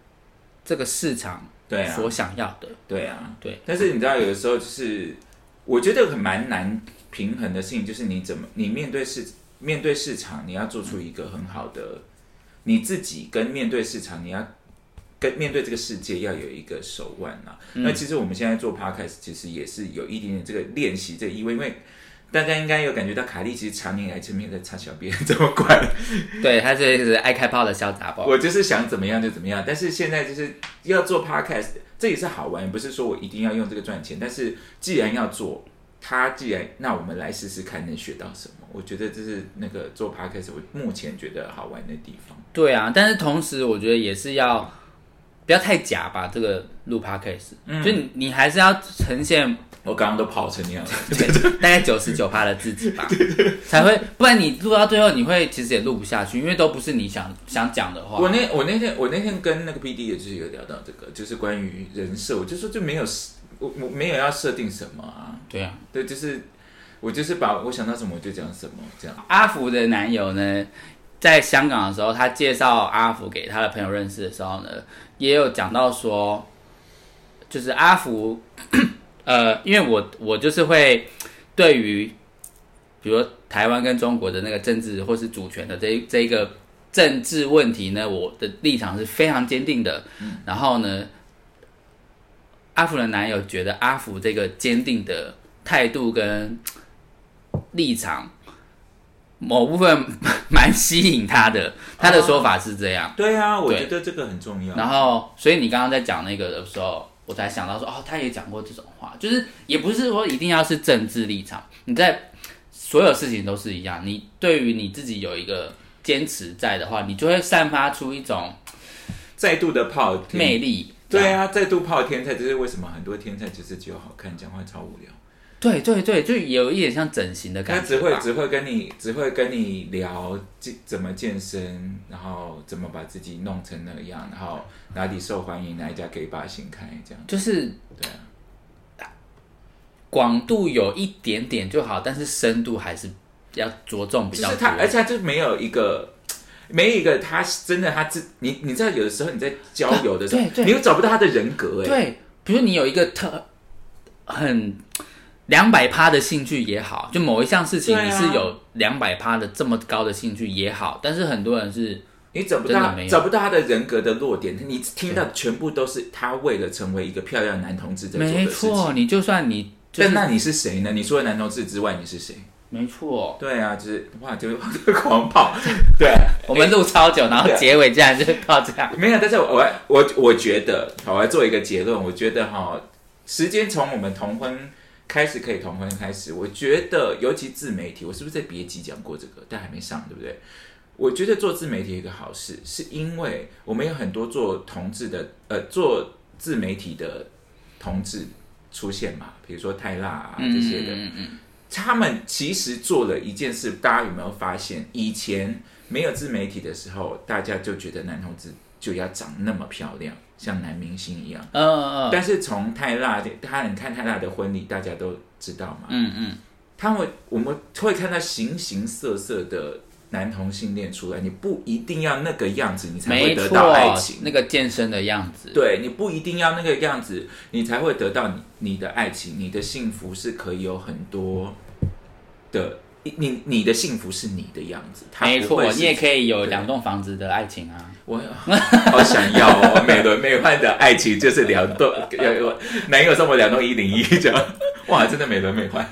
[SPEAKER 4] 这个市场
[SPEAKER 3] 对啊，
[SPEAKER 4] 所想要的。
[SPEAKER 3] 对啊，
[SPEAKER 4] 对。
[SPEAKER 3] 但是你知道，有的时候就是，我觉得很蛮难平衡的事情，就是你怎么你面对市面对市场，你要做出一个很好的你自己，跟面对市场，你要跟面对这个世界要有一个手腕啊。那其实我们现在做 podcast，其实也是有一点点这个练习这个意味，因为。大家应该有感觉到，卡莉其实常年来这边在擦小便， <laughs> 怎么管？
[SPEAKER 4] 对，他这是爱开炮的小杂包。
[SPEAKER 3] 我就是想怎么样就怎么样，但是现在就是要做 podcast，这也是好玩，不是说我一定要用这个赚钱。但是既然要做，它既然那我们来试试看能学到什么。我觉得这是那个做 podcast 我目前觉得好玩的地方。
[SPEAKER 4] 对啊，但是同时我觉得也是要不要太假吧，这个录 podcast，、就
[SPEAKER 3] 嗯
[SPEAKER 4] 你你还是要
[SPEAKER 3] <laughs>
[SPEAKER 4] 呈现
[SPEAKER 3] 我刚刚都跑成那样了，
[SPEAKER 4] 大概九十九趴的自己吧，才会，不然你录到最后你会其实也录不下去，因为都不是你想想讲的话。
[SPEAKER 3] <laughs> 我那我那天我那天跟那个 P D 也就是有聊到这个，就是关于人设，我就说就没有我我没有要设定什么啊，
[SPEAKER 4] 对啊，
[SPEAKER 3] 对，就是我就是把我想到什么我就讲什么这样。
[SPEAKER 4] 阿福的男友呢，在香港的时候，他介绍阿福给他的朋友认识的时候呢，也有讲到说，就是阿福， <coughs> 呃，因为我我就是会对于，比如台湾跟中国的那个政治或是主权的这一这一个政治问题呢，我的立场是非常坚定的。然后呢，阿福的男友觉得阿福这个坚定的态度跟立场。某部分蛮吸引他的，他的说法是这样，
[SPEAKER 3] 对啊，我
[SPEAKER 4] 对
[SPEAKER 3] 觉得这个很重要。
[SPEAKER 4] 然后，所以你刚刚在讲那个的时候，我才想到说，哦，他也讲过这种话，就是也不是说一定要是政治立场，你在所有事情都是一样，你对于你自己有一个坚持在的话，你就会散发出一种
[SPEAKER 3] 再度的泡天
[SPEAKER 4] 魅力。
[SPEAKER 3] 对啊，再度泡天菜，这是为什么很多天菜就是只有好看，讲话超无聊。
[SPEAKER 4] 对对对，就有一点像整形的
[SPEAKER 3] 他
[SPEAKER 4] 感
[SPEAKER 3] 只
[SPEAKER 4] 觉
[SPEAKER 3] 会
[SPEAKER 4] 吧。
[SPEAKER 3] 只会跟你只会跟你聊健怎么健身，然后怎么把自己弄成那样，然后哪里受欢迎，哪一家给把新开这样。
[SPEAKER 4] 就是
[SPEAKER 3] 对啊，
[SPEAKER 4] 广度有一点点就好，但是深度还是要着重比
[SPEAKER 3] 就
[SPEAKER 4] 较
[SPEAKER 3] 是
[SPEAKER 4] 多。
[SPEAKER 3] 他，而且他就没有一个。没有一个他是真的他自你你知道有的时候你在交友的时候
[SPEAKER 4] 对，对
[SPEAKER 3] 你又找不到他的人格哎、
[SPEAKER 4] 对，比如你有一个特很两百趴的兴趣也好，就某一项事情
[SPEAKER 3] 对啊
[SPEAKER 4] 你是有两百趴的这么高的兴趣也好，但是很多人是
[SPEAKER 3] 你找不
[SPEAKER 4] 真
[SPEAKER 3] 到
[SPEAKER 4] 的没有
[SPEAKER 3] 找不到他的人格的弱点，你听到全部都是他为了成为一个漂亮男同志在做的
[SPEAKER 4] 没
[SPEAKER 3] 事情。
[SPEAKER 4] 错，你就算你就是
[SPEAKER 3] 但那你是谁呢？你除了男同志之外，你是谁？
[SPEAKER 4] 没错，
[SPEAKER 3] 对啊，就是哇，就是狂跑，对，
[SPEAKER 4] 我们录超久，然后
[SPEAKER 3] 对
[SPEAKER 4] 结尾竟然就靠这样。
[SPEAKER 3] 没有，但是我我我我觉得，好，我来做一个结论。我觉得哈，时间从我们同婚开始，可以同婚开始。我觉得，尤其自媒体，我是不是在别集讲过这个？但还没上，对不对？我觉得做自媒体有一个好事，是因为我们有很多做同志的，呃，做自媒体的同志出现嘛，比如说泰辣啊 <laughs> 这些的，
[SPEAKER 4] 嗯嗯嗯
[SPEAKER 3] 他们其实做了一件事，大家有没有发现？以前没有自媒体的时候，大家就觉得男同志就要长那么漂亮，像男明星一样。
[SPEAKER 4] 嗯嗯嗯
[SPEAKER 3] 但是从泰辣的，他你看泰辣的婚礼，大家都知道嘛，
[SPEAKER 4] 嗯嗯，
[SPEAKER 3] 他们我们会看到形形色色的男同性恋出来，你不一定要那个样子，你才会
[SPEAKER 4] 没
[SPEAKER 3] 得
[SPEAKER 4] 错
[SPEAKER 3] 到爱情，。
[SPEAKER 4] 那个健身的样子，
[SPEAKER 3] 对你不一定要那个样子，你才会得到你你的爱情，你的幸福是可以有很多的，你你你的幸福是你的样子，它
[SPEAKER 4] 没
[SPEAKER 3] 不
[SPEAKER 4] 错，
[SPEAKER 3] 会是
[SPEAKER 4] 你也可以有两栋房子的爱情啊。
[SPEAKER 3] 我好想要哦，美轮
[SPEAKER 4] <laughs>
[SPEAKER 3] 美奂的爱情就是两栋，要有男友送我两栋一零一这样，哇，真的美轮美奂，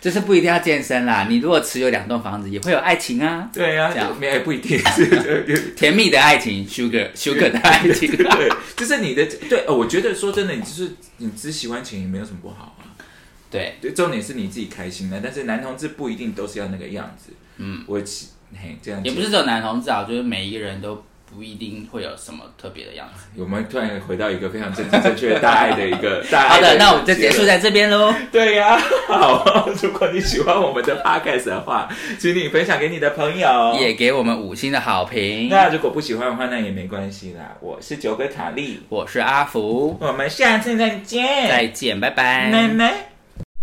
[SPEAKER 4] 就是不一定要健身啦，你如果持有两栋房子，也会有爱情啊，
[SPEAKER 3] 对呀、
[SPEAKER 4] 这样
[SPEAKER 3] 啊，没不一定是。
[SPEAKER 4] 甜蜜的爱情，sugar sugar 的爱情。
[SPEAKER 3] <laughs> 对，就是你的对，呃我觉得说真的，你就是你只喜欢钱也没有什么不好啊。
[SPEAKER 4] <laughs> 对，
[SPEAKER 3] 对，重点是你自己开心的，但是男同志不一定都是要那个样子。嗯，我其嘿这样
[SPEAKER 4] 也
[SPEAKER 3] 讲
[SPEAKER 4] 不是只有男同志啊，就是每一个人都不一定会有什么特别的样子。
[SPEAKER 3] 我们突然回到一个非常政治正确、大爱的一个大
[SPEAKER 4] 好
[SPEAKER 3] 爱
[SPEAKER 4] 的，
[SPEAKER 3] 一个
[SPEAKER 4] 那我们就结束
[SPEAKER 3] 结论。
[SPEAKER 4] 在这边喽。
[SPEAKER 3] 对呀、好，如果你喜欢我们的 podcast 的话，请你分享给你的朋友。
[SPEAKER 4] 也给我们五星的好评。
[SPEAKER 3] 那如果不喜欢的话，那也没关系啦。我是九哥卡利，
[SPEAKER 4] 我是阿福，
[SPEAKER 3] 我们下次再见，
[SPEAKER 4] 再见，拜拜。
[SPEAKER 3] 奶奶。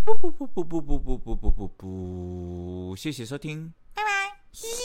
[SPEAKER 2] 不不不不不不不不不不不，谢谢收听。
[SPEAKER 5] 拜拜。